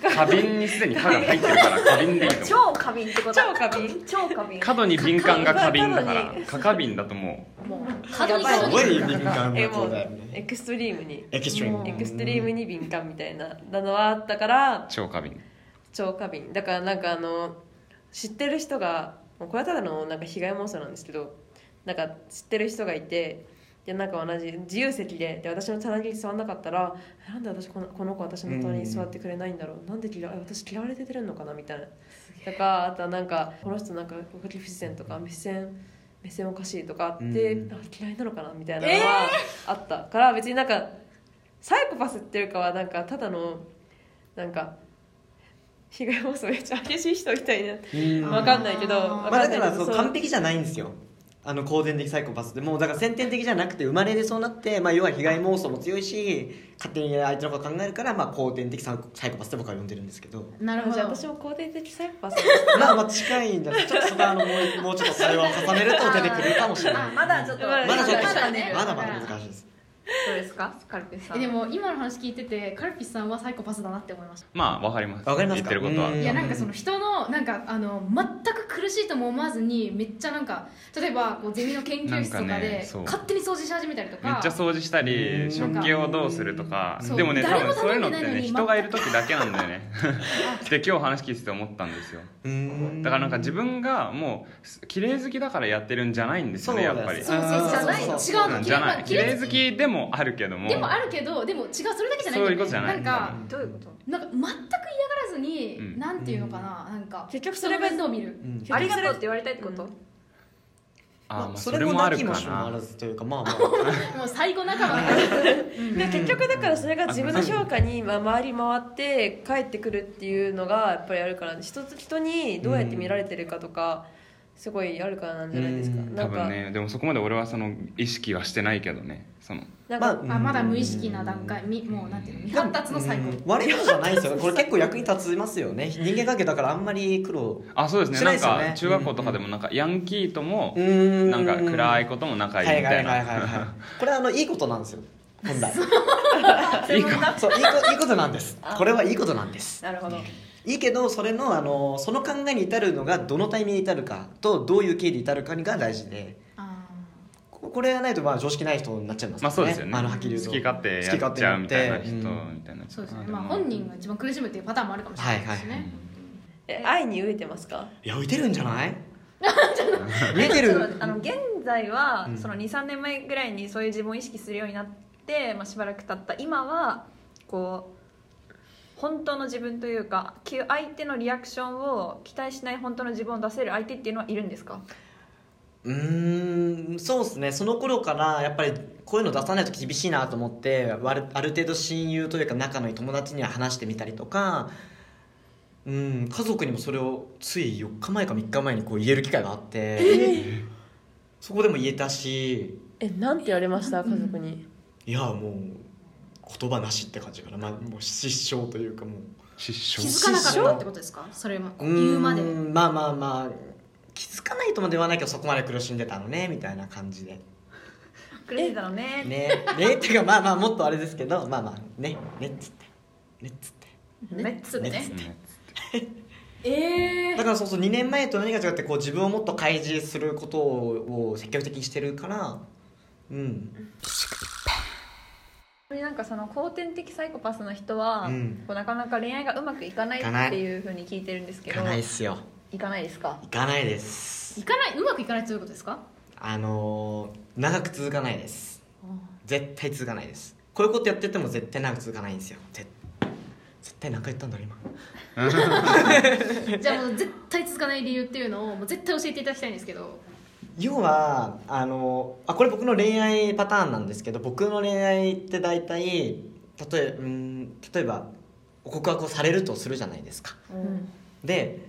Speaker 4: 花瓶にすでに歯が入ってるから花瓶でいいと思う
Speaker 2: 超過敏ってこと
Speaker 3: 超過敏
Speaker 2: 超過敏
Speaker 4: 角に敏感が花瓶だか
Speaker 3: 角
Speaker 4: ら
Speaker 3: に
Speaker 4: 過過敏だとも
Speaker 6: もう角に
Speaker 3: やばい
Speaker 5: す
Speaker 6: 角
Speaker 5: ごい
Speaker 6: に
Speaker 5: 敏感
Speaker 3: え
Speaker 5: な
Speaker 3: も
Speaker 5: 子
Speaker 3: う
Speaker 5: だよね。
Speaker 3: エクストリームに
Speaker 5: エクストリーム。
Speaker 3: エクストリームに敏感みたいななのはあったから
Speaker 4: う超過敏
Speaker 3: 超過敏だからなんかあの知ってる人がもうこれはただのなんか被害妄想なんですけどなんか知ってる人がいてでなんか同じ自由席でで私の隣に座んなかったらなんで私このこの子私の隣に座ってくれないんだろう、なんで嫌い私嫌われててるのかなみたいなとかあとはなんかこの人なんか不自然とか目線目線おかしいとかあって、
Speaker 5: うん
Speaker 3: あ嫌いなのかなみたいなのはあったから別になんかサイコパスっていうかはなんかただのなんか被害妄想めっちゃ激しい人みたいな
Speaker 5: うん
Speaker 3: わかんないけど
Speaker 6: あー
Speaker 3: わ
Speaker 5: まあ、
Speaker 3: か
Speaker 5: だ
Speaker 3: ん
Speaker 5: か
Speaker 3: ない
Speaker 5: ら
Speaker 3: け
Speaker 5: そ
Speaker 3: ど
Speaker 5: う
Speaker 3: そう
Speaker 5: 完璧じゃないんですよあの後天的サイコパスってもうだから先天的じゃなくて生まれれそうになって、まあ、要は被害妄想も強いし勝手に相手のこと考えるから、まあ、後天的サイコサイコパスって僕は呼んでるんですけど
Speaker 6: なるほ
Speaker 3: じゃあ
Speaker 6: ど
Speaker 3: 私も肯定的サイコパス
Speaker 5: まあまあ近いんじゃないちょっとそこはあのもうもうちょっとそれを重ねると出てくるかもしれな
Speaker 2: あ
Speaker 5: い
Speaker 2: まだちょっと
Speaker 3: まだ
Speaker 5: まだちょっと
Speaker 6: まだね
Speaker 5: まだまだ難しいです
Speaker 2: どうですかカルピスさ
Speaker 6: え
Speaker 2: ん
Speaker 6: でも今の話聞いててカルピスさんはサイコパスだなって思いました
Speaker 4: まあわかります
Speaker 5: わかりま
Speaker 4: 言っ
Speaker 5: すか
Speaker 4: てることは
Speaker 5: うん
Speaker 6: いやなんかその人のなんかあの全く苦しいとも思わずにめっちゃなんか例えばこうゼミの研究室と
Speaker 4: な
Speaker 6: か
Speaker 4: んかね
Speaker 6: で
Speaker 4: そう
Speaker 6: 勝手に掃除し始めたりとか
Speaker 4: めっちゃ掃除した
Speaker 5: う
Speaker 4: り
Speaker 5: ん
Speaker 4: 食器をどうするとか
Speaker 6: そう
Speaker 4: でもね多
Speaker 6: 誰も
Speaker 4: 分そういうのって
Speaker 6: 頼んでな
Speaker 4: ね
Speaker 6: いのに
Speaker 4: 人がいる時だけなんだよねで今日話聞いてて思ったんですよだからなんか自分がもう綺麗好きだからやってるんじゃないんですよねやっぱり
Speaker 6: そうそうそう
Speaker 5: あー
Speaker 6: ない
Speaker 5: そう
Speaker 6: 違うの
Speaker 4: うんじゃない
Speaker 6: 綺
Speaker 4: 綺
Speaker 6: 麗
Speaker 4: 麗好きでもあるけども
Speaker 6: でもあるけどでも違うそれだけじゃないん
Speaker 4: そ
Speaker 6: だよね
Speaker 4: ういうことじゃない
Speaker 6: んか
Speaker 2: どういうこと
Speaker 6: なんか全く嫌がらずに、
Speaker 4: うん
Speaker 6: なんていうのかな、なんか
Speaker 3: 結局そ
Speaker 6: そ
Speaker 3: れ
Speaker 6: れ
Speaker 3: が
Speaker 6: 面倒見る
Speaker 5: うん
Speaker 2: ありがとうって言われたいってこと、
Speaker 3: うん
Speaker 4: あーまあ
Speaker 5: まあ
Speaker 4: それもあるか
Speaker 5: なきもしもあ
Speaker 4: な
Speaker 5: らずというかまあまあ
Speaker 6: もう最後仲間が
Speaker 3: で結局だからそれが自分の評価にまあ回り回って帰ってくるっていうのがやっぱりあるから人と人にどうやって見られてるかとかすごいあるからなんじゃないですか
Speaker 5: うん
Speaker 3: な
Speaker 4: 多
Speaker 3: んか
Speaker 4: 分ねでもそこまで俺はその意識はしてないけどねその
Speaker 3: なん
Speaker 5: ま
Speaker 3: か、
Speaker 5: うん
Speaker 6: あまだ無意識な段階みもうなんていうの未発達の最後
Speaker 5: うん悪いことじゃないですよこれ結構役に立ちますよね人間関係だからあんまり苦労
Speaker 4: あそうですね
Speaker 5: しな
Speaker 4: なん
Speaker 5: いですよね
Speaker 4: か中学校とかでもなんかヤンキーともな
Speaker 5: な
Speaker 4: んか暗い
Speaker 5: こ
Speaker 4: ことも仲
Speaker 5: はい
Speaker 4: い
Speaker 5: はいい
Speaker 4: み
Speaker 5: は
Speaker 4: た
Speaker 5: い
Speaker 4: い
Speaker 5: はい
Speaker 4: な
Speaker 5: はいこれあのいいことなんですよ本来 <laughs>
Speaker 4: いいか
Speaker 5: そういいこいいことなんですこれはいいことなんです
Speaker 2: なるほど
Speaker 5: いいけどそれのあのその考えに至るのがどのタイミングに至るかとどういう経緯で至るかが大事で
Speaker 6: あ
Speaker 5: ここれがないとまあ常識ない人になっちゃいま
Speaker 4: <laughs>
Speaker 5: す
Speaker 4: まあそうですよね
Speaker 5: あのはっきり言うと
Speaker 4: 好き勝手やっちゃうみたいな人みたいな
Speaker 6: ーそうですね
Speaker 4: あ
Speaker 6: まあ
Speaker 4: も
Speaker 6: 本人が一番苦しむっていうパターンもあるかもしれないですしね、
Speaker 5: はい
Speaker 3: え愛に飢えてますか
Speaker 5: いや浮いてるんじゃない
Speaker 6: <laughs>
Speaker 5: 見えて
Speaker 2: ちょっと待っ
Speaker 5: る
Speaker 2: てあの現在は、
Speaker 5: うん
Speaker 2: その23年前ぐらいにそういう自分を意識するようになって、まあ、しばらく経った今はこう本当の自分というかき相手のリアクションを期待しない本当の自分を出せる相手っていうのはいるんですか
Speaker 5: うーんそうですねその頃からやっぱりこういうの出さないと厳しいなと思ってわるある程度親友というか仲のいい友達には話してみたりとかうん家族にもそれをつい4日前か3日前にこう言える機会があって、そこでも言えたし
Speaker 3: えなんて言われました家族に
Speaker 5: いやもう言葉なしって感じかな、まあ、もう失笑というかもう
Speaker 4: 失
Speaker 6: 気
Speaker 4: 笑
Speaker 6: づかなかったってことですかそれも
Speaker 5: うーん
Speaker 6: 言うまで
Speaker 5: まあまあまあ気づかないとまではないけどそこまで苦しんでたのねみたいな感じで。
Speaker 2: 苦しいだろうね
Speaker 5: ねねっていうかまあまあもっとあれですけどまあまあねねっつってねっつって
Speaker 6: ねつってね
Speaker 5: ね
Speaker 4: ね
Speaker 6: ええ
Speaker 5: だからそうそう2年前と何が違ってこう自分をもっと開示することを積極的にしてるからうん
Speaker 2: なんかその後天的サイコパスの人は、
Speaker 5: うん
Speaker 2: こうなかなか恋愛がうまくいかない
Speaker 5: いかない
Speaker 2: っていうふうに聞いてるんですけ
Speaker 5: 行
Speaker 2: ど
Speaker 5: かないっすよ
Speaker 2: いかないですか
Speaker 5: 行かないです
Speaker 6: いかないうまくいかないということですか
Speaker 5: あのー長く続かないです絶対続かないですこういうことやってても絶対長く続かないんですよ絶絶対何回言ったんだろう今
Speaker 6: <laughs> じゃあもう絶対続かない理由っていうのをもう絶対教えていただきたいんですけど
Speaker 5: 要はあのあこれ僕の恋愛パターンなんですけど僕の恋愛って大体例えうん例えば告白をされるとするじゃないですか
Speaker 2: うん
Speaker 5: で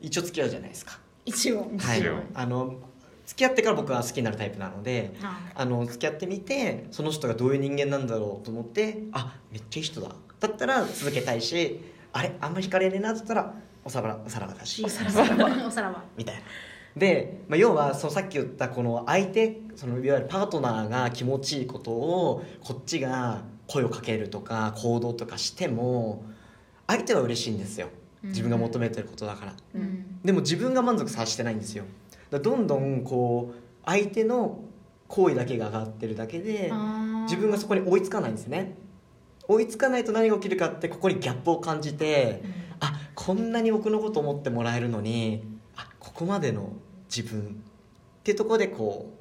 Speaker 5: 一応付き合うじゃないですか、
Speaker 6: 一応
Speaker 5: はい
Speaker 4: 一応、
Speaker 5: あの付き合ってから僕は好きになるタイプなので
Speaker 6: あ
Speaker 5: あの付き合ってみてその人がどういう人間なんだろうと思ってあめっちゃいい人だだったら続けたいしあれあんま惹かれねえなだったらおさらおさらばだし
Speaker 6: おさらばおさらば
Speaker 5: みたいな。で、まあ、要はそのさっき言ったこの相手そのいわゆるパートナーが気持ちいいことをこっちが声をかけるとか行動とかしても相手は嬉しいんですよ自分が求めてることだから、
Speaker 6: うん
Speaker 5: でも自分が満足させてないんですよだからどんどんこう相手の行為だけが上がってるだけで
Speaker 6: あー
Speaker 5: 自分がそこに追いつかないんですね追いつかないと何が起きるかってここにギャップを感じてあこんなに僕のこと思ってもらえるのにあここまでの自分ってとこでこう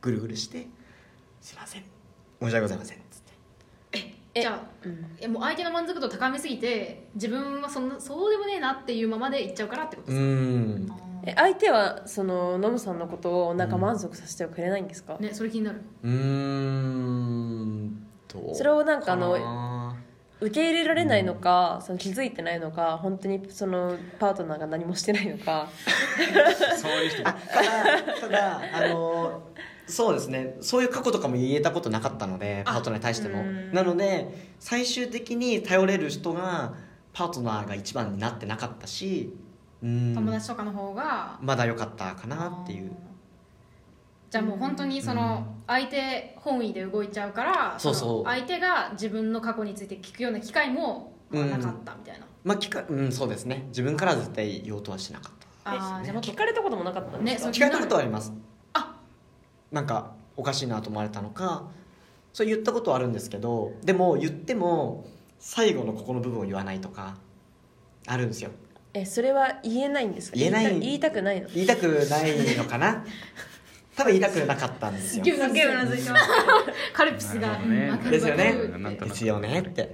Speaker 5: ぐるぐるして「すいません申し訳ございません」っつって
Speaker 6: じゃあいやもう相手の満足度高めすぎて自分はそんなそうでもねえなっていうままでいっちゃうからってこと
Speaker 5: う
Speaker 6: です
Speaker 5: ん
Speaker 6: か、
Speaker 3: え相手はそのノムさんのことをなんか満足させてはくれないんですか、
Speaker 6: ねそれ気になる
Speaker 5: うーんと
Speaker 3: それをなんかあの
Speaker 5: の
Speaker 3: 受け入れられないのかその気づいてないのか本当にそのパートナーが何もしてないのか
Speaker 4: そういう人
Speaker 5: あただただあのそうですねそういう過去とかも言えたことなかったのでパートナーに対しても
Speaker 3: うん
Speaker 5: なので最終的に頼れる人がパートナーが一番になってなかったしうん
Speaker 6: 友達とかの方が
Speaker 5: まだ良かったかなっていう
Speaker 6: じゃあもう本当にその相手本位で動いちゃうから
Speaker 5: そうそう
Speaker 6: の相手が自分の過去について聞くような機会もまあ
Speaker 5: うん
Speaker 6: なかったみたいな、
Speaker 5: まあ聞かうんそうですね自分からは絶対言おうとはしなかっ
Speaker 6: ああじゃあもっと
Speaker 3: 聞かれたこともなかったんですか、
Speaker 5: た聞か
Speaker 6: ね
Speaker 5: れたことはあります
Speaker 6: あ
Speaker 5: なんかおかしいなと思われたのかそう言ったことはあるんですけどでも言っても最後のここの部分を言わないとかあるんですよ
Speaker 3: えそれは言えないんですか
Speaker 5: 言えない
Speaker 3: た言いたくないの
Speaker 5: 言いたくないのか
Speaker 6: <laughs>
Speaker 5: な多分言いたくなかったんですよ
Speaker 6: すっげえうなずいてますカルピス
Speaker 4: なる
Speaker 6: が、
Speaker 4: ほどね
Speaker 6: うんわかる
Speaker 5: ですよね
Speaker 6: わかる
Speaker 4: なんとなく
Speaker 5: ですよねってだか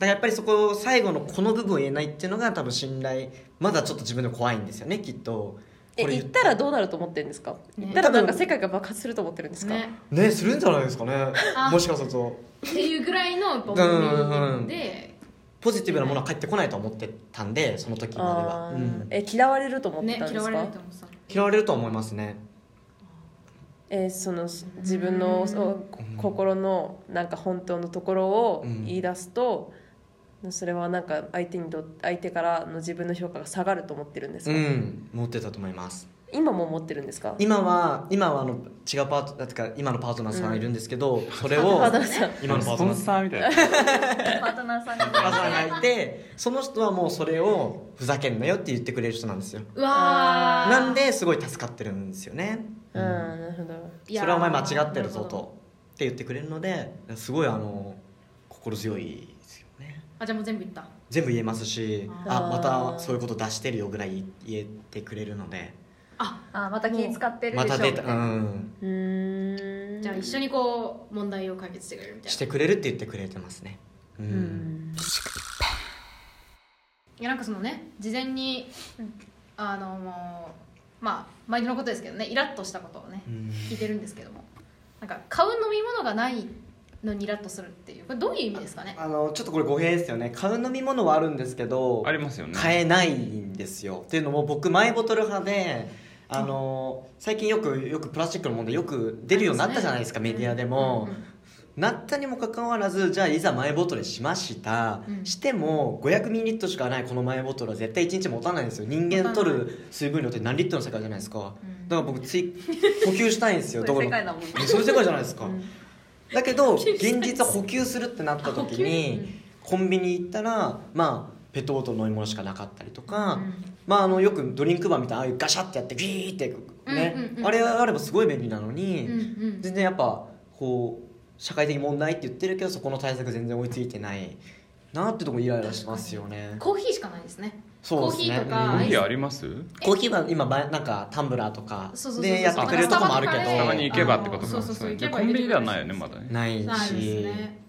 Speaker 5: らやっぱりそこを最後のこの部分を言えないっていうのが多分信頼まだちょっと自分で怖いんですよねきっと
Speaker 3: え
Speaker 5: これ
Speaker 3: 言ったらどうなると思ってるんですか、言ったらなんか世界が爆発すると思ってるんですか、
Speaker 6: ね
Speaker 5: ねするんじゃないですかね
Speaker 6: あ
Speaker 5: もしかすると
Speaker 6: っていうぐらいのやっぱ
Speaker 5: うんうん
Speaker 6: 思
Speaker 5: う
Speaker 6: い
Speaker 5: ん
Speaker 6: で、
Speaker 5: ポジティブなものは返ってこないと思ってたんでその時までは、
Speaker 3: あ
Speaker 5: う
Speaker 3: ー
Speaker 5: ん、
Speaker 3: え嫌われると思って
Speaker 6: ね
Speaker 3: たんで
Speaker 6: 嫌
Speaker 3: す
Speaker 6: わ
Speaker 3: か、
Speaker 6: れると思ってた
Speaker 5: 嫌われると思いますね
Speaker 3: えーその自分のそうこ心のなんか本当のところを
Speaker 5: うん
Speaker 3: 言い出すと、それはなんか相手にと相手からの自分の評価が下がると思ってるんです
Speaker 5: う
Speaker 3: か、
Speaker 5: ん持ってたと思います
Speaker 3: 今も思ってるんですか
Speaker 5: 今は今はあの違うパートだってか今のパートナーさんがいるんですけど、それを
Speaker 3: あだからさ
Speaker 5: 今のパー
Speaker 4: ス
Speaker 5: ト
Speaker 4: ポ
Speaker 5: ナー
Speaker 4: ン
Speaker 5: さん
Speaker 4: サーみたいな
Speaker 2: パートナーさんが
Speaker 5: パートナーがいてその人はもうそれをふざけんなよって言ってくれる人なんですよ
Speaker 6: うわー
Speaker 5: なんですごい助かってるんですよね、
Speaker 3: うん
Speaker 5: うん
Speaker 3: なるほど
Speaker 6: いやー
Speaker 5: それはお前間違ってるぞ
Speaker 6: なほど
Speaker 5: とって言ってくれるのですごいあの心強いですよね
Speaker 6: あじゃあもう全部言った
Speaker 5: 全部言えますしあ
Speaker 3: あー
Speaker 5: またそういうこと出してるよぐらい言えてくれるので
Speaker 2: あまた気使ってる
Speaker 5: ま
Speaker 2: でしょ
Speaker 5: た出た
Speaker 2: みた
Speaker 5: う
Speaker 2: いなん
Speaker 3: うーん
Speaker 6: じゃあ一緒にこう問題を解決してくれるみたい
Speaker 5: し
Speaker 6: な
Speaker 5: てくれるって言ってくれてますねう
Speaker 3: うんん
Speaker 6: いやなんかそのね事前にあのもうまあ毎度のことですけどねイラッとしたことをね
Speaker 5: うん
Speaker 6: 聞いてるんですけどもなんか買う飲み物がないのにイラッとするっていうこれどういう意味ですかね
Speaker 5: あのちょっとこれ語弊ですよね買う飲み物はあるんですけど
Speaker 4: ありますよね
Speaker 5: 買えないんですよっていうのも僕マイボトル派であの最近よくよくプラスチックの問題よく出るようになったじゃないですかメディアでも
Speaker 6: うんうん
Speaker 5: なったにもかかわらずじゃあいざマイボトルしました、
Speaker 6: うん
Speaker 5: しても500ミリリットルしかないこのマイボトルは絶対1日持たないんですよ人間取る水分量って何リットルの世界じゃないですか
Speaker 6: うん
Speaker 5: だから僕つい補給したいんです
Speaker 6: <laughs>
Speaker 5: よ
Speaker 2: そういう世
Speaker 5: どこ
Speaker 2: 界
Speaker 5: の
Speaker 2: だもんね
Speaker 5: そういう世界じゃないですか、
Speaker 3: うん
Speaker 5: だけど現実は補給するってなった時
Speaker 6: <laughs> あ補給
Speaker 5: にコンビニ行ったらまあペットボトルの飲み物しかなかったりとか、
Speaker 6: うん
Speaker 5: まあ、あのよくドリンクバーみたいなああいうガシャってやってギーってね、
Speaker 6: うんうんうん
Speaker 5: あれがあればすごい便利なのに、
Speaker 6: うんうん
Speaker 5: 全然やっぱこう社会的問題って言ってるけどそこの対策全然追いついてないなってとこイライラしますよね
Speaker 6: コーヒーしかないですね
Speaker 5: そうですね
Speaker 6: コーヒーとか
Speaker 5: うん
Speaker 6: アイ
Speaker 4: い
Speaker 6: ス
Speaker 4: やあります
Speaker 5: コーヒーは今ばなんかタンブラーとか
Speaker 6: そうそうそうそう
Speaker 5: でやってくれるとこもあるけ
Speaker 6: あ
Speaker 5: ど
Speaker 4: たまに行けばってことか
Speaker 6: そうそうそう行けば
Speaker 4: コンビニではないよねまだね
Speaker 5: ないし
Speaker 6: ないですね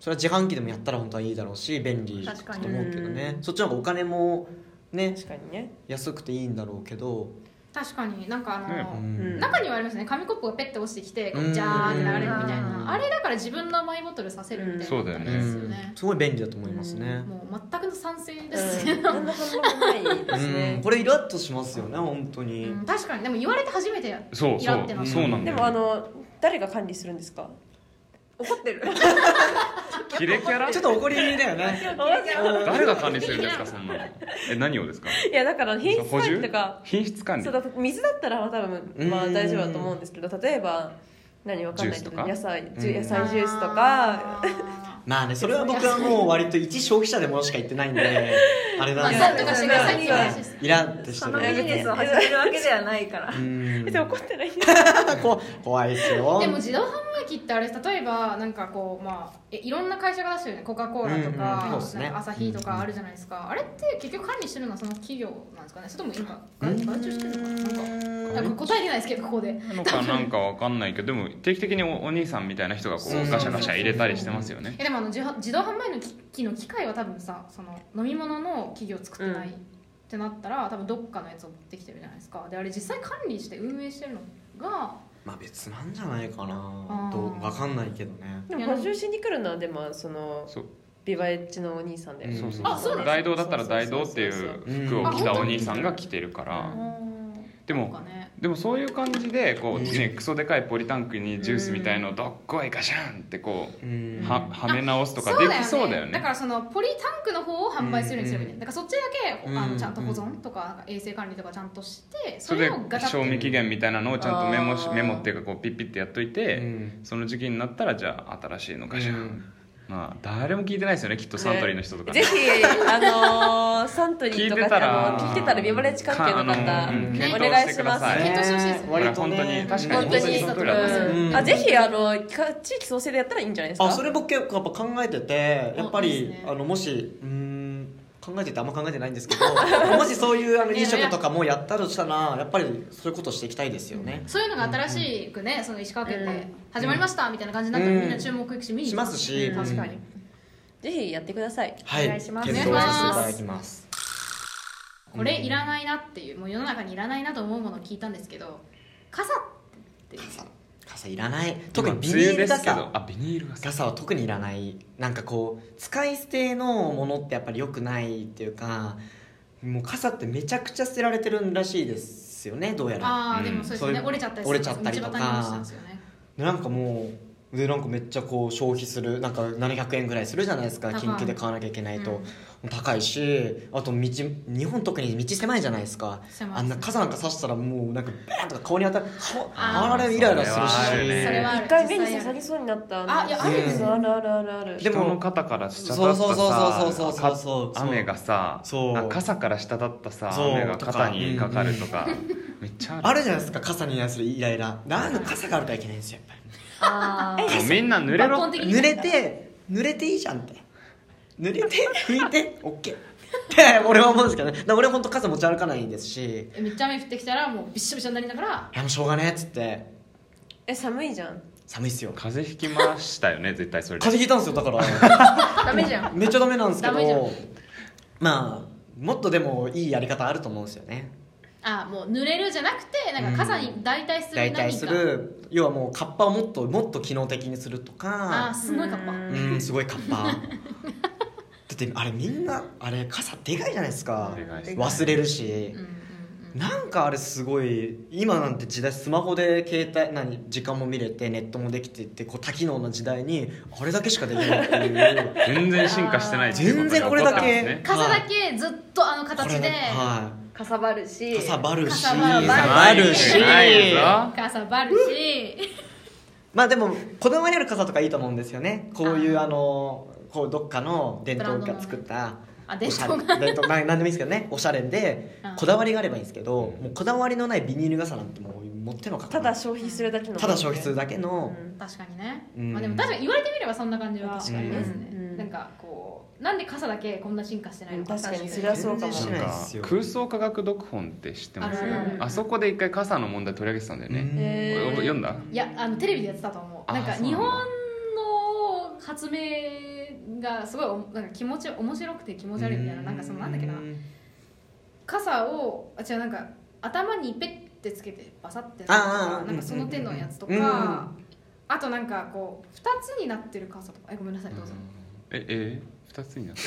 Speaker 5: それは自販機でもやったら本当はいいだろうし便利だ
Speaker 2: 確かに
Speaker 5: と思うけどね
Speaker 3: うん
Speaker 5: そっちの方がお金もね
Speaker 3: 確かにね
Speaker 5: 安くていいんだろうけど
Speaker 6: 確かになんかあの、
Speaker 4: ね
Speaker 5: うん
Speaker 6: 中にはありますね紙コップがペッて落ちてきて
Speaker 5: うん
Speaker 6: ジャーって流れるみたい
Speaker 5: うん
Speaker 6: なあれだから自分のマイボトルさせるみたいな
Speaker 4: そうだよね
Speaker 6: 感じですよね
Speaker 5: すごい便利だと思いますね。
Speaker 6: もう全くの賛成ですね
Speaker 3: うん、何の反応もないです
Speaker 5: う
Speaker 3: ね
Speaker 5: ん。これイラッとしますよね本当に。
Speaker 6: うん確かにでも言われて初めて
Speaker 4: そう
Speaker 6: イ
Speaker 4: そ
Speaker 6: ラって
Speaker 4: う
Speaker 6: な
Speaker 4: そうなんだ
Speaker 3: で
Speaker 4: よ
Speaker 3: もあの誰が管理するんですか。
Speaker 2: 怒ってる
Speaker 4: キレキャラ
Speaker 5: ちょっと怒り気味だよね。
Speaker 4: 誰が管理してるんですかそんなのえ何をですか
Speaker 3: いやだから品質
Speaker 4: 補
Speaker 3: 管
Speaker 4: 充
Speaker 3: 理とか、
Speaker 4: 品質管理
Speaker 3: そうだ水だったらまあ多分まあ
Speaker 5: うん
Speaker 3: 大丈夫だと思うんですけど、例えば何わかんない
Speaker 4: ジ
Speaker 3: けど
Speaker 4: ュースとか
Speaker 3: 野菜ジ
Speaker 5: う
Speaker 3: ュ
Speaker 5: ん
Speaker 3: 野菜ジュースとか。
Speaker 6: あ
Speaker 5: まあねそれは僕はもう割と一消費者でものしか言ってないんであれ
Speaker 6: ー
Speaker 5: なん
Speaker 6: まあ
Speaker 5: で
Speaker 6: そうとかしてくださいっていう話です
Speaker 5: イラッとして
Speaker 2: そ
Speaker 5: る
Speaker 2: のビジネスを始めるわけではないから
Speaker 5: うん
Speaker 3: 別に怒ってないんで
Speaker 5: <laughs> こ怖いですよ
Speaker 6: でも自動販売機ってあれ例えばなんかこうまあえいろんな会社が出してるよねコカ・コーラとか,、
Speaker 5: うんうんそうっすね
Speaker 6: なんかアサヒとかあるじゃないですか、あれって結局管理してるのはその企業なんですかねそれとも今外外注してるのかななんかなんか答えてないですけどここで
Speaker 4: なのかなんかわかんないけどでも定期的におお兄さんみたいな人がこうガシャガシャ入れたりしてますよね
Speaker 6: えでもあの自販自動販売機の機械は多分さその飲み物の企業作ってない、
Speaker 3: うん
Speaker 6: ってなったら多分どっかのやつを持ってきてるじゃないですかであれ実際管理して運営してるのが
Speaker 5: まあ別なんじゃないかな
Speaker 6: あー
Speaker 5: どうわかんないけどね
Speaker 3: でも補充しに来るのはでもその
Speaker 4: そう
Speaker 3: ビバエッジのお兄さんで。
Speaker 4: そうそう
Speaker 6: あそうなんですね
Speaker 4: 大道だったら大道っていう服を着たお兄さんが着てるか
Speaker 3: う
Speaker 4: ら
Speaker 3: ん
Speaker 4: で
Speaker 6: なん
Speaker 4: も
Speaker 6: かね
Speaker 4: でもそういう感じでこう、
Speaker 5: うん
Speaker 4: ね、クソでかいポリタンクにジュースみたいのどっこいガシャンってこ
Speaker 5: う
Speaker 4: うんははめ直すとかできそうだよね
Speaker 6: からそのポリタンクの方を販売するんですよね、
Speaker 5: うん
Speaker 6: だからそっちだけ
Speaker 5: うん
Speaker 6: あのちゃんと保存とかなんか衛生管理とかちゃんとして
Speaker 4: そ
Speaker 6: そ
Speaker 4: れ
Speaker 6: れ
Speaker 4: で
Speaker 6: をガチャ
Speaker 4: 賞
Speaker 6: ッ
Speaker 4: 味期限みたいなのをちゃんとメモし
Speaker 3: あー
Speaker 4: メモっていうかこうピッピッてやっといて、
Speaker 5: うん
Speaker 4: その時期になったらじゃあ新しいのガシャン、
Speaker 5: うん
Speaker 4: まあ誰も聞いてないですよねきっとサントリーの人とかね、
Speaker 3: ぜひあのーサントリーと
Speaker 4: 聞いてた
Speaker 3: からあの聞いてたらビバレッジ関係の方、
Speaker 4: かあのうん
Speaker 6: 検
Speaker 3: お
Speaker 6: 討
Speaker 3: 願い
Speaker 4: して
Speaker 3: し
Speaker 4: くだ
Speaker 3: ます。
Speaker 4: さい
Speaker 6: 検討してほしいですね
Speaker 5: 割とね
Speaker 4: これ本当に確か
Speaker 3: 本当に、
Speaker 4: 本当に
Speaker 5: うん
Speaker 3: あぜひあのか地域創生でやったらいいんじゃないですか。
Speaker 5: あそれ僕結構やっぱ考えててやっぱ
Speaker 6: あいい
Speaker 5: り
Speaker 6: ですね
Speaker 5: あのもしうーん考えててあんま考えてないんですけど <laughs> もしそういうあの飲食とかもやったとしたらやっぱりそういうことしていきたいですよね
Speaker 6: そういうのが新しくね、その石川県で始まりましたみたいな感じになったら、
Speaker 5: うん
Speaker 6: みんな注目いくし見に
Speaker 5: し
Speaker 6: 行く
Speaker 5: ますし
Speaker 6: うん
Speaker 3: 確かに、ぜひやってください。
Speaker 5: はい
Speaker 2: お願いします
Speaker 5: 検討させていただきます
Speaker 6: これいらないなっていうもう世の中にいらないなと思うものを聞いたんですけど傘って
Speaker 5: 傘傘いらない
Speaker 4: 今
Speaker 5: 特にビニ
Speaker 4: 梅雨
Speaker 5: ール
Speaker 4: ですけ
Speaker 5: 傘
Speaker 4: どあビニール傘
Speaker 5: 傘は特にいらないなんかこう使い捨てのものってやっぱり良くないっていうかもう傘ってめちゃくちゃ捨てられてるらしいですよねどうやら
Speaker 6: ああ、
Speaker 4: うん
Speaker 6: でもそうです
Speaker 5: そうい
Speaker 6: ね
Speaker 5: う
Speaker 6: 折れちゃったり
Speaker 5: 折れちゃったりとか
Speaker 6: 道端に落ちたんですよね
Speaker 5: でなんかもうでなんかめっちゃこう消費するなんか700円ぐらいするじゃないですか
Speaker 6: 高い
Speaker 5: 緊急で買わなきゃいけないと、
Speaker 6: うん
Speaker 5: もう高いしあと道日本特に道狭いじゃないですか
Speaker 6: 狭い
Speaker 5: あんな傘なんか差したらもうなんかバーンとか顔に当たる
Speaker 6: あ
Speaker 5: あ
Speaker 6: ー
Speaker 5: あれイライラするし
Speaker 4: それはあるね
Speaker 6: それはある
Speaker 3: 一回目に刺さりそうになった。
Speaker 6: あいやある
Speaker 5: んですよ
Speaker 3: あるあるあるある。
Speaker 5: でも
Speaker 4: 人の肩から滴った
Speaker 5: そうそうそうそうそうそうそ
Speaker 4: さ
Speaker 5: う
Speaker 4: か雨がさ
Speaker 5: そう
Speaker 4: あ傘から滴ったさ
Speaker 5: そう
Speaker 4: 雨が肩にかかるとかめっちゃ
Speaker 5: あ
Speaker 4: ある
Speaker 5: るじゃないですか傘に対するイライラなんか傘があるからいけないんですよやっ
Speaker 2: あー
Speaker 4: もうみんな濡れ
Speaker 6: 抜
Speaker 4: ろ
Speaker 6: 本
Speaker 4: って
Speaker 6: 的
Speaker 5: ぱ
Speaker 6: に
Speaker 5: り濡れて濡れていいじゃんって濡れて拭いて OK <laughs> って俺は思うんですけどねだから俺は本当傘持ち歩かないですし
Speaker 6: めっちゃ雨降ってきたらもうびっしょびしょになりながら
Speaker 5: いやもうしょうがねえっつって
Speaker 3: え寒いじゃん。
Speaker 5: 寒いっすよ
Speaker 4: 風邪ひきましたよね絶対それで
Speaker 5: <laughs> 風邪ひいたんですよだから
Speaker 6: <laughs> ダメじゃん
Speaker 5: めっちゃダメなんですけ
Speaker 6: ダメじゃ
Speaker 5: どまあもっとでもいいやり方あると思うんですよね
Speaker 6: あもう濡れるじゃなくてなんか傘に代替する
Speaker 5: 代
Speaker 6: 何か、
Speaker 5: 替する要はもうカッパをもっともっと機能的にするとか
Speaker 6: あーすごいかっぱ
Speaker 3: うん
Speaker 5: うんすごいカッ
Speaker 6: <laughs>
Speaker 5: パだってあれみんなあれ傘でかいじゃないですか
Speaker 4: でかいですね
Speaker 5: 忘れるし
Speaker 6: うんうんうん
Speaker 5: なんかあれすごい今なんて時代スマホで携帯何時間も見れてネットもできてってこう多機能な時代にあれだけしかできないって
Speaker 6: <laughs>
Speaker 5: いう
Speaker 4: 全然進化してないっていうとが
Speaker 5: 全然これだけ
Speaker 4: 分かってますね
Speaker 6: 傘だけずっとあの形
Speaker 5: こ
Speaker 6: で
Speaker 5: れは
Speaker 2: かさばるし
Speaker 5: いかさばるし
Speaker 6: かさばる
Speaker 5: かさばるし
Speaker 4: ないぞ
Speaker 6: 傘ばるし
Speaker 5: まあでもこだわりある傘とかいいと思うんですよねこういう
Speaker 6: あー
Speaker 5: あのこうどっかの伝統
Speaker 6: ブラン
Speaker 5: が
Speaker 6: ドの
Speaker 5: 作った
Speaker 6: あで
Speaker 5: お
Speaker 6: し
Speaker 5: し
Speaker 6: ょ
Speaker 5: ゃ
Speaker 6: う
Speaker 5: れ <laughs>
Speaker 6: が
Speaker 5: 伝統ななんでもいいですけどねおしゃれで
Speaker 6: うん
Speaker 5: こだわりがあればいいんですけど
Speaker 4: うん
Speaker 5: もうこだわりのないビニール傘なんてもう持ってのか
Speaker 3: ただ消費するだけの。
Speaker 5: ただ消費するだけの
Speaker 3: うん
Speaker 6: 確かにね、
Speaker 5: うん
Speaker 6: まあ、でも確かに言われてみればそんな感じはあ
Speaker 3: 確
Speaker 5: かに
Speaker 6: りますね、
Speaker 3: うん
Speaker 6: なんかこうなんで傘だけこんな進化してないのか
Speaker 3: うん確かにそれは
Speaker 6: 確
Speaker 3: そうか
Speaker 5: 全
Speaker 3: も
Speaker 5: 然し
Speaker 4: な
Speaker 5: なんいで
Speaker 4: か
Speaker 5: すよ
Speaker 4: 空想科学読本って知ってます
Speaker 6: あるあ
Speaker 3: るある
Speaker 4: あそこで一回傘の問題取り上げてたんだよね、
Speaker 3: へー
Speaker 4: お読んだ
Speaker 6: いやあのテレビでやってたと思う
Speaker 5: あ
Speaker 6: なんか
Speaker 5: そうなんだ
Speaker 6: 日本の発明がすごいおなんか気持ち面白くて気持ち悪いみたいななんかそのなんだっけな
Speaker 5: うん
Speaker 6: 傘をあ違うなんか頭にペッてつけてバサッて
Speaker 5: ああ
Speaker 6: なんかその手のやつと
Speaker 5: うんうんうん
Speaker 6: かあとなんかこう2つになってる傘とかえごめんなさいどうぞ
Speaker 4: ええ二つになって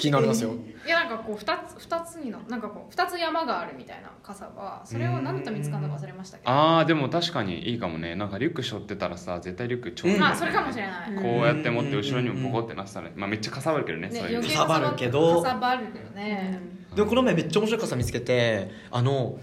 Speaker 5: 気になりますよ
Speaker 6: いやなんかこう2つ二つにななんかこう二つ山があるみたいな傘はそれを何のために使うのか忘れましたけど
Speaker 4: ああでも確かにいいかもねなんかリュック背負ってたらさ絶対リュックちょうどいいよね
Speaker 6: まあそれかもしれない
Speaker 4: こ
Speaker 6: ね
Speaker 4: うやって持って後ろにもポコってなってたら、まあ、めっちゃかさばるけどねそういう
Speaker 6: 余
Speaker 4: の
Speaker 6: 計
Speaker 5: かさばるけど
Speaker 6: かさばるよね
Speaker 5: でもこの前めっちゃ面白い傘見つけてあの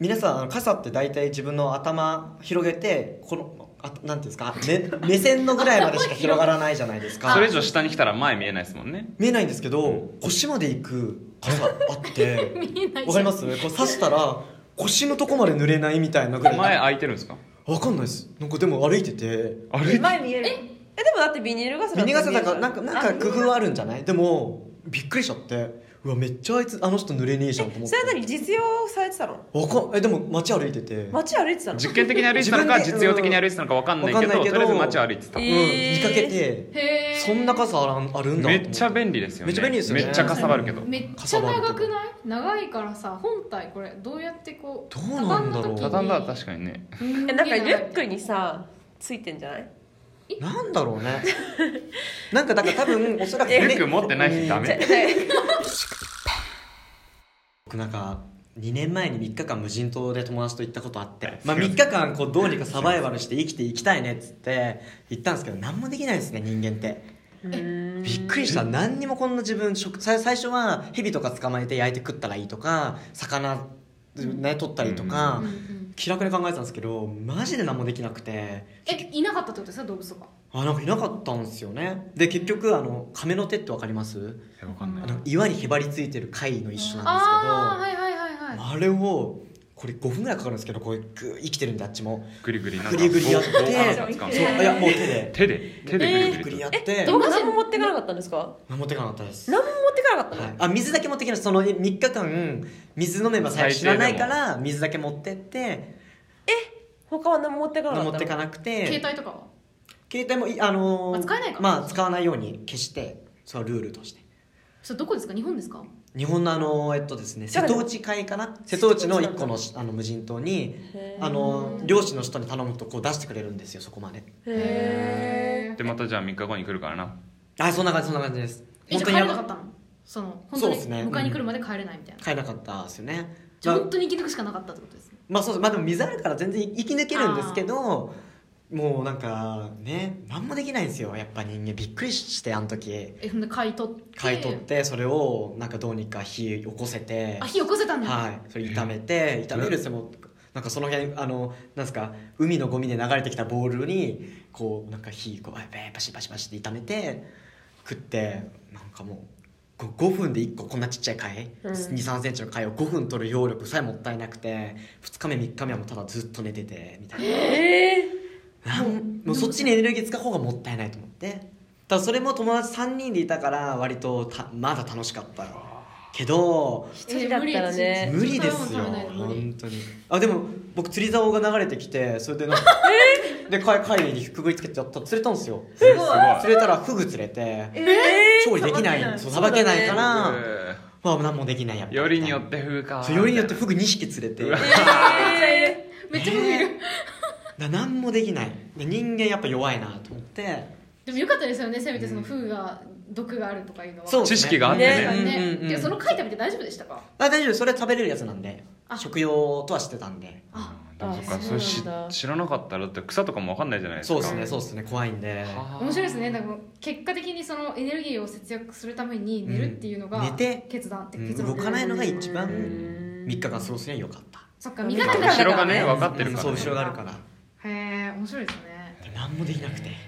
Speaker 5: 皆さんあの傘って大体自分の頭広げてこのあなんていうんですか、ね、目線のぐらいまでしか広がらないじゃないですか
Speaker 4: それ以上下に来たら前見えないですもんね
Speaker 5: 見えないんですけど腰まで行く傘あって
Speaker 6: 見えない
Speaker 5: わかりますこう刺したら腰のとこまで濡れないみたいなぐらい
Speaker 4: 前空いてるんですか
Speaker 5: わかんないですなんかでも歩いてて
Speaker 4: 歩いて
Speaker 2: 前見える
Speaker 3: えでもだってビニール傘
Speaker 5: ミニ
Speaker 3: だっ
Speaker 5: 傘
Speaker 3: て
Speaker 5: だ
Speaker 3: え
Speaker 5: から
Speaker 3: る
Speaker 5: なんかなんか工夫はあるんじゃないでもびっくりしちゃってうわめっちゃあいつあの人濡れねえじゃんと思っ
Speaker 3: そ
Speaker 5: て
Speaker 3: れなりに実用されてたの
Speaker 5: わかんえでも街歩いてて
Speaker 3: 街歩いてたの
Speaker 4: 実験的に歩いてたのか
Speaker 5: 自分で
Speaker 4: 実用的に歩いてたのか分かんないけ
Speaker 5: わ
Speaker 4: ど
Speaker 5: かんないけ
Speaker 4: と
Speaker 5: ど
Speaker 4: りあえず街を歩いてた、
Speaker 5: うん、
Speaker 3: えー
Speaker 5: 見かけて
Speaker 6: へえ
Speaker 5: そんな傘あらんあるんだ
Speaker 4: めっちゃ便利ですよね
Speaker 5: めっちゃ便利ですよね
Speaker 4: めっちゃかさばるけど
Speaker 6: めっちゃ長くない長いからさ本体これどうやってこう
Speaker 5: どうなんだろう
Speaker 4: 畳んだら確かにね
Speaker 6: に
Speaker 3: えなんかリュックにさついてんじゃない
Speaker 5: なんだろうね <laughs> なんかだから多
Speaker 6: <laughs>
Speaker 5: 分おそらく
Speaker 4: リ <laughs>
Speaker 5: ね
Speaker 4: ュック持ってない人ダメ
Speaker 5: 僕なんか2年前に3日間無人島で友達と行ったことあって、まあ、3日間こうどうにかサバイバルして生きていきたいねっつって行ったんですけど何もできないですね人間ってびっくりした何にもこんな自分食最最初は蛇とか捕まえて焼いて食ったらいいとか魚、ね、取ったりとか、
Speaker 6: うんうん
Speaker 5: 気楽に考えてたんですけどマジで何もできなくて
Speaker 6: えいなかったってことですか動物とか
Speaker 5: あなんかいなかったんですよねで結局あの亀の手ってわかります
Speaker 4: 分かんない
Speaker 5: あの岩にへばりついてる貝の一種
Speaker 6: ああー
Speaker 5: なんで
Speaker 6: はいはいはいはい
Speaker 5: すけどあれをこれ5分ぐらいかかるんですけどこうぐ生きてるんであっちも
Speaker 4: グリグリなんか
Speaker 5: グリグリやって
Speaker 4: 棒棒かなんか使うの
Speaker 5: そういやもう手で
Speaker 4: 手で手でグ
Speaker 5: グリグ
Speaker 4: リグ
Speaker 5: リ
Speaker 4: リ
Speaker 5: や
Speaker 4: と
Speaker 5: って
Speaker 3: どう何も持ってかなかったんですか
Speaker 5: 何も手がなかったです、は
Speaker 3: 何も持ってかなかったの、
Speaker 5: い、あ水だけ持ってきましたその3日間水飲めば最悪知らないから水だけ持ってって
Speaker 3: 他は何も持ってかなかった
Speaker 5: 持
Speaker 3: の
Speaker 5: ってかなくて
Speaker 6: 携帯とかは
Speaker 5: 携帯もいあのー
Speaker 6: あ使えないから
Speaker 5: まあ使わないように消してそれはルールとして
Speaker 6: それどこですか日本ですか
Speaker 5: 日本のあのえっとですね
Speaker 3: だ
Speaker 5: 瀬
Speaker 3: から
Speaker 5: 戸内海かな瀬戸内の
Speaker 3: 瀬戸内
Speaker 5: 一個のあの無人島に
Speaker 3: へー
Speaker 5: あの漁師の人に頼むとこう出してくれるんですよそこまで
Speaker 3: へ
Speaker 4: でまたじゃあ3日後に来るからな
Speaker 5: あそんな感じそんな感じです
Speaker 6: えじゃあ帰
Speaker 5: や
Speaker 6: れ
Speaker 5: ば
Speaker 6: なかったのその本
Speaker 5: そ
Speaker 6: 当
Speaker 5: う
Speaker 6: に
Speaker 5: ですね
Speaker 6: 迎えに来るまで帰れないみたいな
Speaker 5: 帰れなかったですよね
Speaker 6: じゃあ
Speaker 5: まあ
Speaker 6: 本当に生き抜くしかなかったってことですね
Speaker 5: まあそうですまあでも水あるから全然生き抜けるんですけどもうなんかね何もできないんですよやっぱ人間びっくりしてあの時
Speaker 6: えほんで買い取って
Speaker 5: 買い取ってそれをなんかどうにか火起こせて
Speaker 6: あ火起こせたんだ
Speaker 5: はい、それ炒め
Speaker 6: <laughs>
Speaker 5: て炒めるんですよもうなんかその辺あのなんですか海のゴミで流れてきたボールにこうなんか火こうババシバシバシって炒めて食ってなんかもう 5, 分で1個こんなちっちゃい貝、
Speaker 3: うん
Speaker 5: 2 3センチの貝を5分取る揚力さえもったいなくて2日目3日目はもうただずっと寝ててみたいな。
Speaker 3: ええ
Speaker 5: なんもうそっちにエネルギー使う方がもったいないと思ってただそれも友達3人でいたから割とたまだ楽しかったけど
Speaker 3: 一人だったらね
Speaker 5: 無理ですよ本当にあでも僕釣り竿が流れてきてそれでなんかで貝貝にくぐりつけてやった釣れたんですよ
Speaker 4: すごい
Speaker 5: 釣れたらフグ釣れて
Speaker 3: ー、え
Speaker 5: 調理できないそうさばけないから、
Speaker 4: え
Speaker 5: まあ何もできないやっぱ
Speaker 4: ーよりによって風か
Speaker 5: そうよりによってフグ2匹釣れて
Speaker 4: うわ
Speaker 3: え
Speaker 6: めっちゃ伸びる
Speaker 5: <laughs> な何もできないで人間やっぱ弱いなと思って
Speaker 6: でもよかったですよねせめてその風が毒があるとかいうのは
Speaker 5: そう
Speaker 6: う
Speaker 5: ですね
Speaker 4: 知識があってね
Speaker 6: ね
Speaker 5: うんうんうん
Speaker 6: てかその書いてみて大丈夫でしたか
Speaker 5: あ大丈夫それ食べれるやつなんで
Speaker 6: あ
Speaker 5: 食用とはしてたんで
Speaker 6: あ
Speaker 4: でもそっか
Speaker 3: あ
Speaker 4: それ知
Speaker 3: そうなんだ
Speaker 4: 知らなかったらだって草とかも分かんないじゃないですか
Speaker 5: そうですねそうですね怖いんで
Speaker 4: はあ
Speaker 6: 面白いですねなんか結果的にそのエネルギーを節約するために寝るっていうのが
Speaker 5: うん寝て
Speaker 6: 決断って
Speaker 5: うん
Speaker 6: 結
Speaker 5: 動
Speaker 6: 論
Speaker 5: かないのが一
Speaker 4: う
Speaker 5: 番
Speaker 4: ん
Speaker 5: 3日間過ごすには良かった
Speaker 6: そっか見方から
Speaker 4: 後
Speaker 6: だ
Speaker 4: ろ
Speaker 6: か
Speaker 4: が
Speaker 6: ら
Speaker 4: ね分かって
Speaker 5: う
Speaker 4: る
Speaker 5: ん
Speaker 4: から
Speaker 5: <laughs> そ
Speaker 4: ね
Speaker 5: う後ろがあるから
Speaker 6: へえ面白いですね
Speaker 5: 何もできなくて
Speaker 6: へ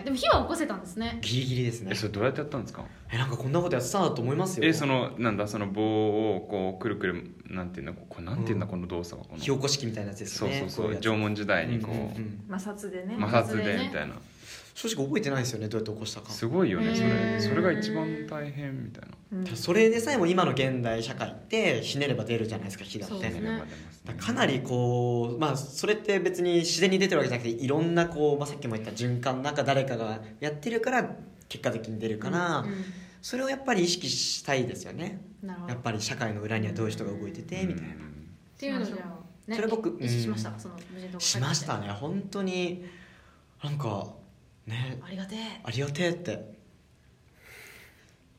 Speaker 6: えでも火は起こせたんですね
Speaker 5: ギリギリですね
Speaker 4: えそれどうやってやったんですか
Speaker 5: えなんかこんなことやってたなと思いますよ
Speaker 4: えそのなんだその棒をこうくるくるなんていうんだここれなんていうんだ、この動作はこの
Speaker 5: 火起こし器みたいなやつです
Speaker 4: そう
Speaker 5: ね
Speaker 4: そうそ
Speaker 5: こ
Speaker 4: う
Speaker 5: やつ
Speaker 4: 縄文時代にこ
Speaker 5: うんうん
Speaker 4: う
Speaker 5: うん
Speaker 2: 摩擦でね
Speaker 4: 摩擦
Speaker 6: 摩擦で
Speaker 4: で
Speaker 6: ね
Speaker 4: みたいな
Speaker 5: 正直覚えてないですよねどうやって起こしたか
Speaker 4: すごいよねそ
Speaker 6: へー
Speaker 4: れそれが一番大変みたいな
Speaker 2: うん
Speaker 5: それでさえも今の現代社会ってひねれば出るじゃないですか火だっ
Speaker 6: そう
Speaker 5: て
Speaker 6: ですね
Speaker 4: 出れば出ます
Speaker 5: だ
Speaker 4: ね
Speaker 5: からかなりこうまあそれって別に自然に出てるわけじゃなくていろんなこう、まあ、さっきも言った循環の中誰かがやってるから結果的に出るから、
Speaker 6: う
Speaker 5: それをやっぱり意識したいですよね
Speaker 6: んなるほど
Speaker 5: やっぱり社会の裏にはどういう人が動いててみたいな
Speaker 4: うん
Speaker 6: っていうのをじゃあね
Speaker 5: それ僕
Speaker 6: 意識し
Speaker 5: うん
Speaker 6: ましたその無人島が
Speaker 5: しましたね本当になんかね
Speaker 6: ありがてえ
Speaker 5: ありがてえって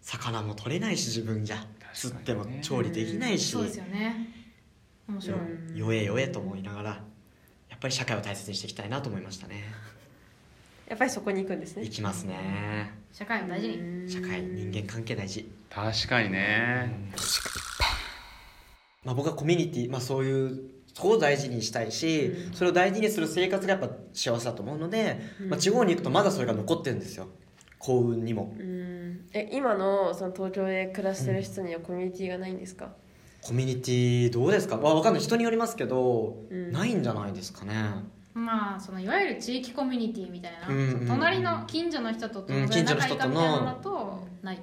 Speaker 5: 魚も取れないし自分じゃ釣っても調理できないし、
Speaker 6: そうですよね面白い、
Speaker 5: よえよえと思いながらやっぱり社会を大切にしていきたいなと思いましたね
Speaker 3: やっぱりそこに行くんですね
Speaker 5: いきますね
Speaker 6: 社会を大事に、
Speaker 5: 社会人間関係大事
Speaker 4: 確かにね
Speaker 5: まあ、僕はコミュニティ、まあ、そういうそこを大事にしたいし、それを大事にする生活がやっぱ幸せだと思うので、まあ、地方に行くとまだそれが残ってるんですよ幸運にも
Speaker 3: うんえ今のその東京で暮らしてる人にはコミュニティがないんですか、
Speaker 5: コミュニティどうですか、まあ、わかんない人によりますけど、
Speaker 3: うん
Speaker 5: ないんじゃないですかね
Speaker 6: まあそのいわゆる地域コミュニティみたいな、
Speaker 5: うんうんうん
Speaker 6: 隣の近所の人とどのぐらい仲いいかみたいなのだとない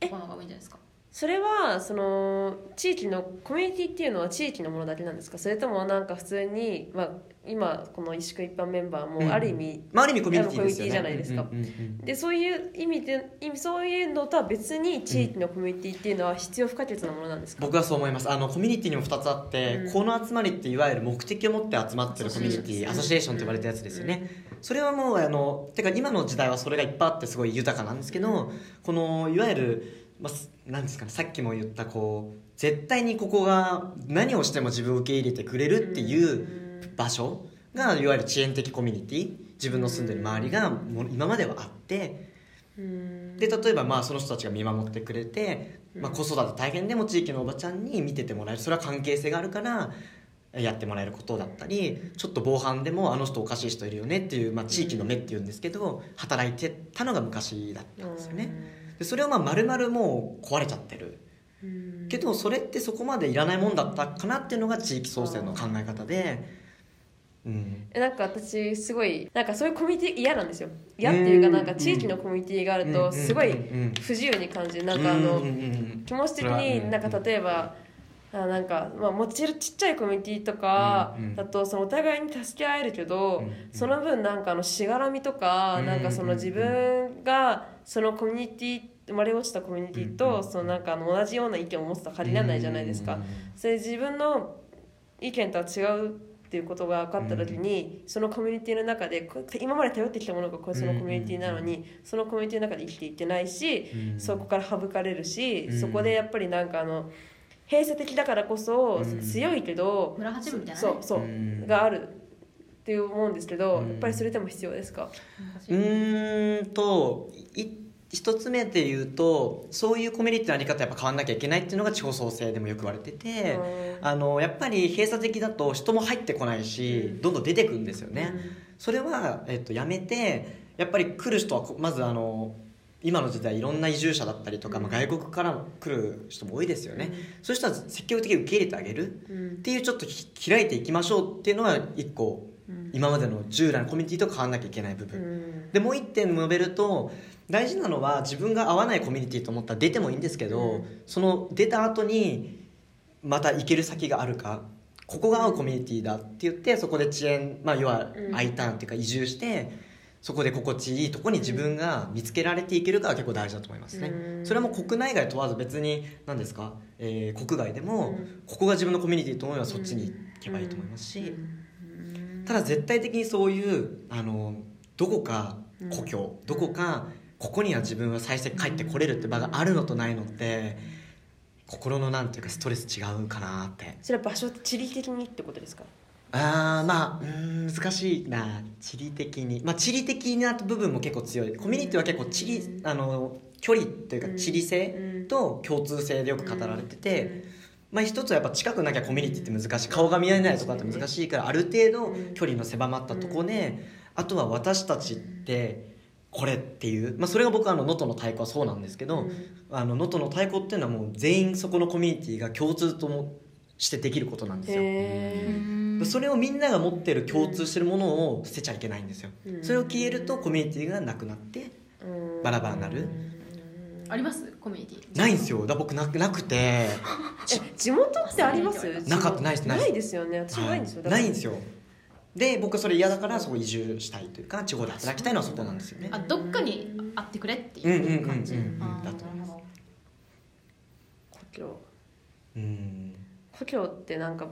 Speaker 6: ところが多いんじゃないですか
Speaker 3: それはその地域のコミュニティっていうのは地域のものだけなんですかそれともなんか普通に、まあ、今この石工一般メンバー
Speaker 5: うん
Speaker 3: もある意味、
Speaker 5: まあ、ある意味コミュニティですよね
Speaker 3: いやコミュニティじゃない
Speaker 5: うんうんうん
Speaker 3: でそういう意味で意味そういうのとは別に地域のコミュニティっていうのは必要不可欠なものなんですか、
Speaker 5: 僕はそう思いますあのコミュニティにも2つあって、
Speaker 3: うん
Speaker 5: この集まりっていわゆる目的を持って集まってるコミュニティア
Speaker 6: ア
Speaker 5: ソ
Speaker 6: ソ
Speaker 5: シエーションって呼ばれたやつですよね、それはもうあのてか今の時代はそれがいっぱいあってすごい豊かなんですけど、このいわゆる、まあす、なんですかねさっきも言ったこう絶対にここが何をしても自分を受け入れてくれるっていうう場所がいわゆる遅延的コミュニティ自分の住んでる周りがもう今まではあって
Speaker 3: うん
Speaker 5: で例えばまあその人たちが見守ってくれて、まあ、子育て大変でも地域のおばちゃんに見ててもらえるそれは関係性があるからやってもらえることだったりちょっと防犯でもあの人おかしい人いるよねっていう、まあ、地域の目っていうんですけど働いてたのが昔だったんですよね。でそれはまあ丸々もう壊れちゃってる
Speaker 3: うん
Speaker 5: けどそれってそこまでいらないもんだったかなっていうのが地域創生の考え方で、うん、
Speaker 3: えなんか私すごいなんかそういうコミュニティ嫌なんですよ嫌っていうか
Speaker 5: うん
Speaker 3: なんか地域のコミュニティがあるとすごい
Speaker 5: うん
Speaker 3: 不自由に感じるなんかあ
Speaker 5: う
Speaker 3: の、
Speaker 5: んうんうん
Speaker 3: 気持ち的になんか例えば、あなんか、まあ、持ちるちっちゃいコミュニティとか
Speaker 5: うんうん
Speaker 3: だとそのお互いに助け合えるけど、
Speaker 5: うんうん
Speaker 3: その分なんかあのしがらみとか、
Speaker 5: うんうんうん
Speaker 3: なんかその自分がそのコミュニティ生まれ落ちたコミュニティと、
Speaker 5: うんうん
Speaker 3: そのなんかあの同じような意見を持つと限らないじゃないですか。
Speaker 5: うんうんうん
Speaker 3: それ自分の意見とは違うっていうことが分かった時に、そのコミュニティの中でこ今まで頼ってきたものがこれそのコミュニティなのに、そのコミュニティの中で生きていけないし、
Speaker 5: うん
Speaker 3: そこから省かれるし、
Speaker 5: うん
Speaker 3: そこでやっぱりなんかあの閉鎖的だからこそ
Speaker 5: うん
Speaker 3: 強いけど、
Speaker 6: 村八分みたいな、ね、
Speaker 3: そうそう、
Speaker 5: うん
Speaker 3: があるって思うんですけど、
Speaker 5: うん
Speaker 3: やっぱりそれでも必要ですか、
Speaker 6: 難し
Speaker 5: う
Speaker 6: い
Speaker 5: ーんとい一つ目で言うとそういうコミュニティのあり方やっぱ変わんなきゃいけないっていうのが地方創生でもよく言われてて、
Speaker 3: うん
Speaker 5: あのやっぱり閉鎖的だと人も入ってこないし、どんどん出てくんですよね、それは、えっと、やめてやっぱり来る人はこまずあの今の時代いろんな移住者だったりとか、まあ、外国から来る人も多いですよね、そういう人は積極的に受け入れてあげる、
Speaker 3: うん
Speaker 5: っていうちょっとひ開いていきましょうっていうのが一個、今までの従来のコミュニティと変わんなきゃいけない部
Speaker 3: う
Speaker 5: 分、
Speaker 3: ん
Speaker 5: でもう一点述べると大事なのは自分が合わないコミュニティと思ったら出てもいいんですけど、その出た後にまた行ける先があるかここが合うコミュニティだって言ってそこで遅延、まあ、要は
Speaker 3: うん
Speaker 5: I ターンっていうか移住して、そこで心地いいとこに自分が見つけられていけるかが結構大事だと思いますね、
Speaker 3: うん
Speaker 5: それはもう国内外問わず別に何ですか、えー国外でも、
Speaker 3: うん
Speaker 5: ここが自分のコミュニティと思えばそっちに行けばいいと思いますし。
Speaker 3: うん
Speaker 5: ただ絶対的にそういうあのどこか故郷、どこかここには自分は最初帰ってこれるって場があるのとないのって心のなんていうかストレス違うかなって
Speaker 3: それは場所地理的にってことですか
Speaker 5: あーまあうーん難しいな地理的にまあ地理的な部分も結構強いコミュニティは結構地理あの距離というか地理性と共通性でよく語られてて、まあ、一つはやっぱ近くなきゃコミュニティって難しい顔が見えないとかって難しいからある程度距離の狭まったとこであとは私たちってこれっていう、まあ、それが僕はあの能登の太鼓はそうなんですけどあの能登の太鼓っていうのはもう全員そこのコミュニティが共通ともしてできることなんですよ。
Speaker 3: へ
Speaker 6: う
Speaker 3: ー
Speaker 6: ん
Speaker 5: それをみんなが持ってる共通してるものを捨てちゃいけないんですよ。それを消えるとコミュニティがなくなって
Speaker 3: うん
Speaker 5: バラバラになる。
Speaker 6: ありますコミュニティ
Speaker 5: ないんですよ。だから僕なくなくて。
Speaker 3: え地元ってあります
Speaker 5: なかったないですないです
Speaker 3: ないですよね私ないんですよ、だか
Speaker 5: な
Speaker 3: ら
Speaker 5: いんですよで僕はそれ嫌だからそこ移住したいというか地方で働きたいのはそこなんですよね
Speaker 6: あどっかに会ってくれって
Speaker 5: うんうんう
Speaker 6: いう
Speaker 5: んうん
Speaker 6: 感じ、
Speaker 5: うん
Speaker 6: あー
Speaker 5: だと思います
Speaker 3: 故郷
Speaker 5: うん
Speaker 3: 故郷ってなんか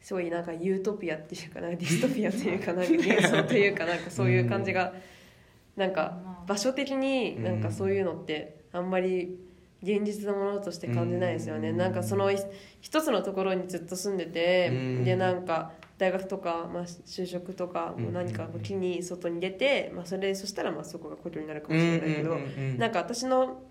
Speaker 3: すごいなんかユートピアっていうかなんかディストピアというかなんか幻想というかなんかそういう感じがなんか場所的になんかそういうのってあんまり現実のものとして感じないですよね、
Speaker 4: うん
Speaker 3: なんかその一一つのところにずっと住んでて、
Speaker 4: うん
Speaker 3: でなんか大学とか、まあ、就職とか
Speaker 4: うん
Speaker 3: もう何かを機に外に出て、まあ、それそしたらまあそこが故郷になるかもしれないけど、なんか私の、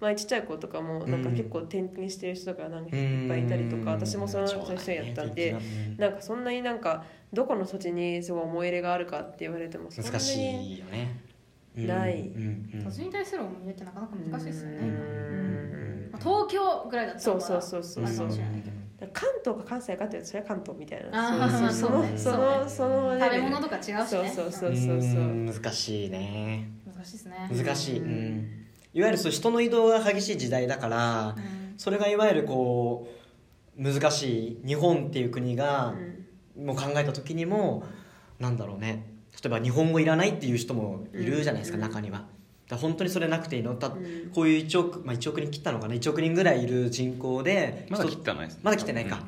Speaker 3: まあ、ちっちゃい子とかもなんか結構転勤してる人がなんかいっぱいいたりとか、私もその人の人やったんで、なんかそんなになんかどこの土地にすごい思い入れがあるかって言われてもそんな
Speaker 5: 難
Speaker 3: に
Speaker 5: しいよね
Speaker 3: ない
Speaker 6: 土地に対する思い出ってなかなか難しいですよね、
Speaker 3: うん
Speaker 6: 今まあ東京ぐらいだったら
Speaker 3: そ
Speaker 6: ま
Speaker 3: う
Speaker 6: だ
Speaker 3: そうそうそうそう
Speaker 6: あるかもしれな
Speaker 3: だ
Speaker 6: い
Speaker 3: から関東か関西かっていうとそれは関東みたい
Speaker 6: あ
Speaker 3: な
Speaker 6: ー
Speaker 3: そう
Speaker 6: まあ
Speaker 3: そう
Speaker 6: まあ
Speaker 3: そ
Speaker 6: そ
Speaker 3: のそのそ
Speaker 6: うね
Speaker 3: のレ
Speaker 6: 食
Speaker 3: ベ
Speaker 6: べ
Speaker 3: ル
Speaker 6: 物とか違うしね
Speaker 3: そうそうそう
Speaker 6: うん
Speaker 3: そうそう
Speaker 5: 難しいね
Speaker 6: 難しいですね
Speaker 5: 難しい、
Speaker 3: うん
Speaker 5: うんいわゆるそう人の移動が激しい時代だから
Speaker 6: うん
Speaker 5: それがいわゆるこう難しい日本っていう国がもう考えた時にもなんだろうね例えば日本語いらないっていう人もいるじゃないですか、
Speaker 3: うん
Speaker 5: 中にはだから本当にそれなくていいのだ
Speaker 3: うん
Speaker 5: こういう1億、まあ、1億人切ったのかな1億人ぐらいいる人口で
Speaker 4: まだ
Speaker 5: 人
Speaker 4: 切ってないです
Speaker 5: まだ来てないか、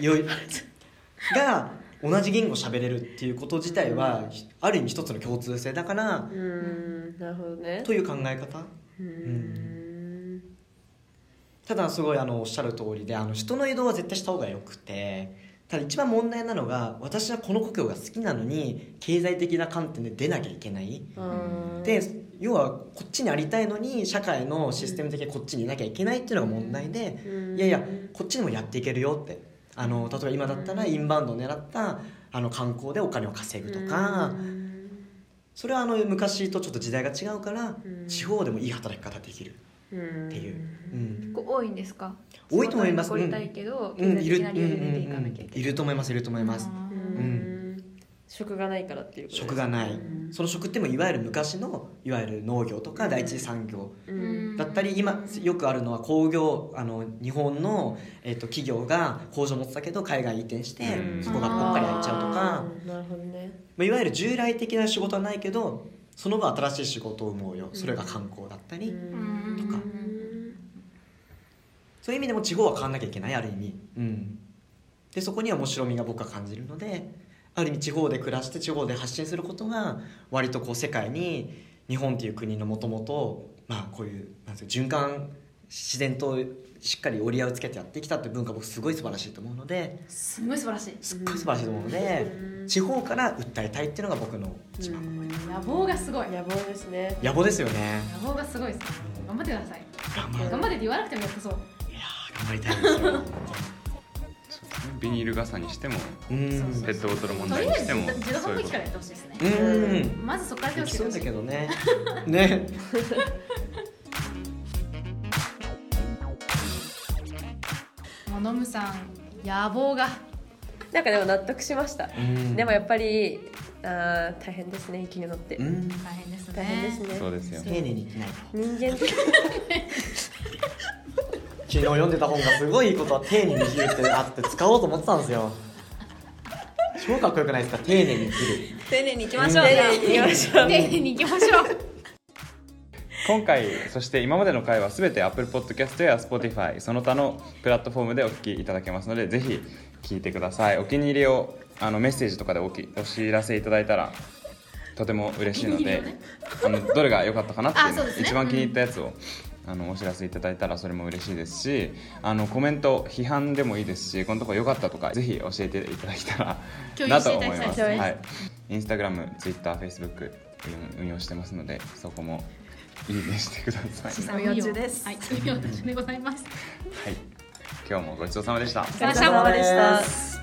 Speaker 5: よい <laughs> が同じ言語喋れるっていうこと自体はある意味一つの共通性だから
Speaker 3: うーんなるほどね
Speaker 5: という考え方
Speaker 3: うーん
Speaker 5: ただすごいあのおっしゃる通りであの人の移動は絶対した方がよくてただ一番問題なのが私はこの故郷が好きなのに経済的な観点で出なきゃいけない
Speaker 3: あー
Speaker 5: で要はこっちにありたいのに社会のシステム的にこっちにいなきゃいけないっていうのが問題で
Speaker 3: うん
Speaker 5: いやいやこっちにもやっていけるよってあの例えば今だったらインバウンドを狙ったあの観光でお金を稼ぐとか
Speaker 3: うん
Speaker 5: それはあの昔とちょっと時代が違うから
Speaker 3: うん
Speaker 5: 地方でもいい働き方できる
Speaker 3: うん
Speaker 5: っていう、うん、
Speaker 2: 構多いんですか
Speaker 5: 多いと思います
Speaker 2: 地元に残りたいけど、
Speaker 5: う
Speaker 2: 経
Speaker 5: ん
Speaker 2: 済
Speaker 5: いる
Speaker 2: 的
Speaker 5: うん
Speaker 2: な
Speaker 5: うん
Speaker 2: 理由で出ていかなきゃいけない、
Speaker 5: いると思いますいると思います
Speaker 3: う
Speaker 6: うん
Speaker 3: ん職がないからっていうこと
Speaker 5: 職がない
Speaker 3: うん
Speaker 5: その職ってもいわゆる昔のいわゆる農業とか第一次産業
Speaker 3: うん
Speaker 5: だったり今よくあるのは工業あの日本の、えっと企業が工場持ってたけど海外移転して
Speaker 4: うん
Speaker 5: そこがぽっかり空いちゃうとか
Speaker 3: あ、ーなるほどね
Speaker 5: まあ、いわゆる従来的な仕事はないけどその分新しい仕事を生もうよそれが観光だったり、
Speaker 3: うん
Speaker 6: と
Speaker 5: かそういう意味でも地方は変わんなきゃいけないある意味、うん、でそこには面白みが僕は感じるのである意味地方で暮らして地方で発信することが割とこう世界に日本っていう国のもともとまあこういうなんていうか循環自然としっかり折り合いをつけてやってきたって文化僕すごい素晴らしいと思うのです
Speaker 6: ごい素晴らしい
Speaker 5: すっごい素晴らしいと思うので、
Speaker 3: うん
Speaker 5: 地方から訴えたいっていうのが僕の一番の思い
Speaker 3: うん
Speaker 6: 野望がすごい野
Speaker 3: 野望ですね
Speaker 5: 野暮ですよね
Speaker 6: 望がすごいですね頑張ってください
Speaker 5: 頑張る
Speaker 6: 頑張ってって言わなくてもやってそう
Speaker 5: いやー頑張りたいですよ
Speaker 4: そうですねビニール傘にしても
Speaker 5: うん
Speaker 4: ペットボトル問
Speaker 6: と
Speaker 4: 題
Speaker 6: り
Speaker 4: に
Speaker 6: あえ
Speaker 4: して
Speaker 6: ず
Speaker 4: も
Speaker 6: 自動
Speaker 4: そうい
Speaker 6: 販
Speaker 4: うこ
Speaker 6: 売機
Speaker 4: と
Speaker 6: からやってほしいですね
Speaker 5: うん
Speaker 6: まずそこから手
Speaker 5: で
Speaker 6: を
Speaker 5: き
Speaker 6: つ
Speaker 5: そ
Speaker 6: けて
Speaker 5: う
Speaker 6: ほし
Speaker 5: だ
Speaker 6: い
Speaker 5: けどねね
Speaker 6: ものむさん野望が
Speaker 3: なんかでも納得しましたでもやっぱりあー大変ですね生きるのって
Speaker 5: うん
Speaker 6: 大変ですね
Speaker 3: 大変ですね
Speaker 4: そうですよ
Speaker 5: 丁寧に生きないと
Speaker 3: 人間的
Speaker 5: 昨日読んでた本がすごいいいことは丁寧に生きるってあって使おうと思ってたんですよ超かっこよくないですか丁寧に生きる
Speaker 2: 丁寧に行きましょう、
Speaker 5: うん
Speaker 2: じゃあ
Speaker 3: にいきましょう
Speaker 6: 丁寧に行きましょう
Speaker 4: 今回そして今までの回は全て Apple Podcast や Spotify その他のプラットフォームでお聞きいただけますのでぜひ聞いてくださいお気に入りをあのメッセージとかでおきお知らせいただいたらとても嬉しいので、あのどれが良かったかなっていうの
Speaker 6: あそうですね
Speaker 4: 一番気に入ったやつを、あのお知らせいただいたらそれも嬉しいですしあのコメント批判でもいいですしこのとこ良かったとかぜひ教えていただけたら
Speaker 6: 共有
Speaker 4: な
Speaker 6: して
Speaker 4: と
Speaker 6: いただ
Speaker 4: 思い
Speaker 6: きたい
Speaker 4: ま。
Speaker 6: ですすね
Speaker 4: はい、インスタグラム、ツイッター、フェイスブック運用してますので、そこもいいねしてください、
Speaker 6: 資
Speaker 4: ね。
Speaker 6: 産運
Speaker 2: 運
Speaker 6: 用
Speaker 2: 用中です
Speaker 6: はい運用中でございます
Speaker 4: はい、今日もごちそうさまでした。
Speaker 6: お疲れ
Speaker 2: お疲れ様
Speaker 6: 様
Speaker 2: で
Speaker 6: で
Speaker 2: し
Speaker 6: したた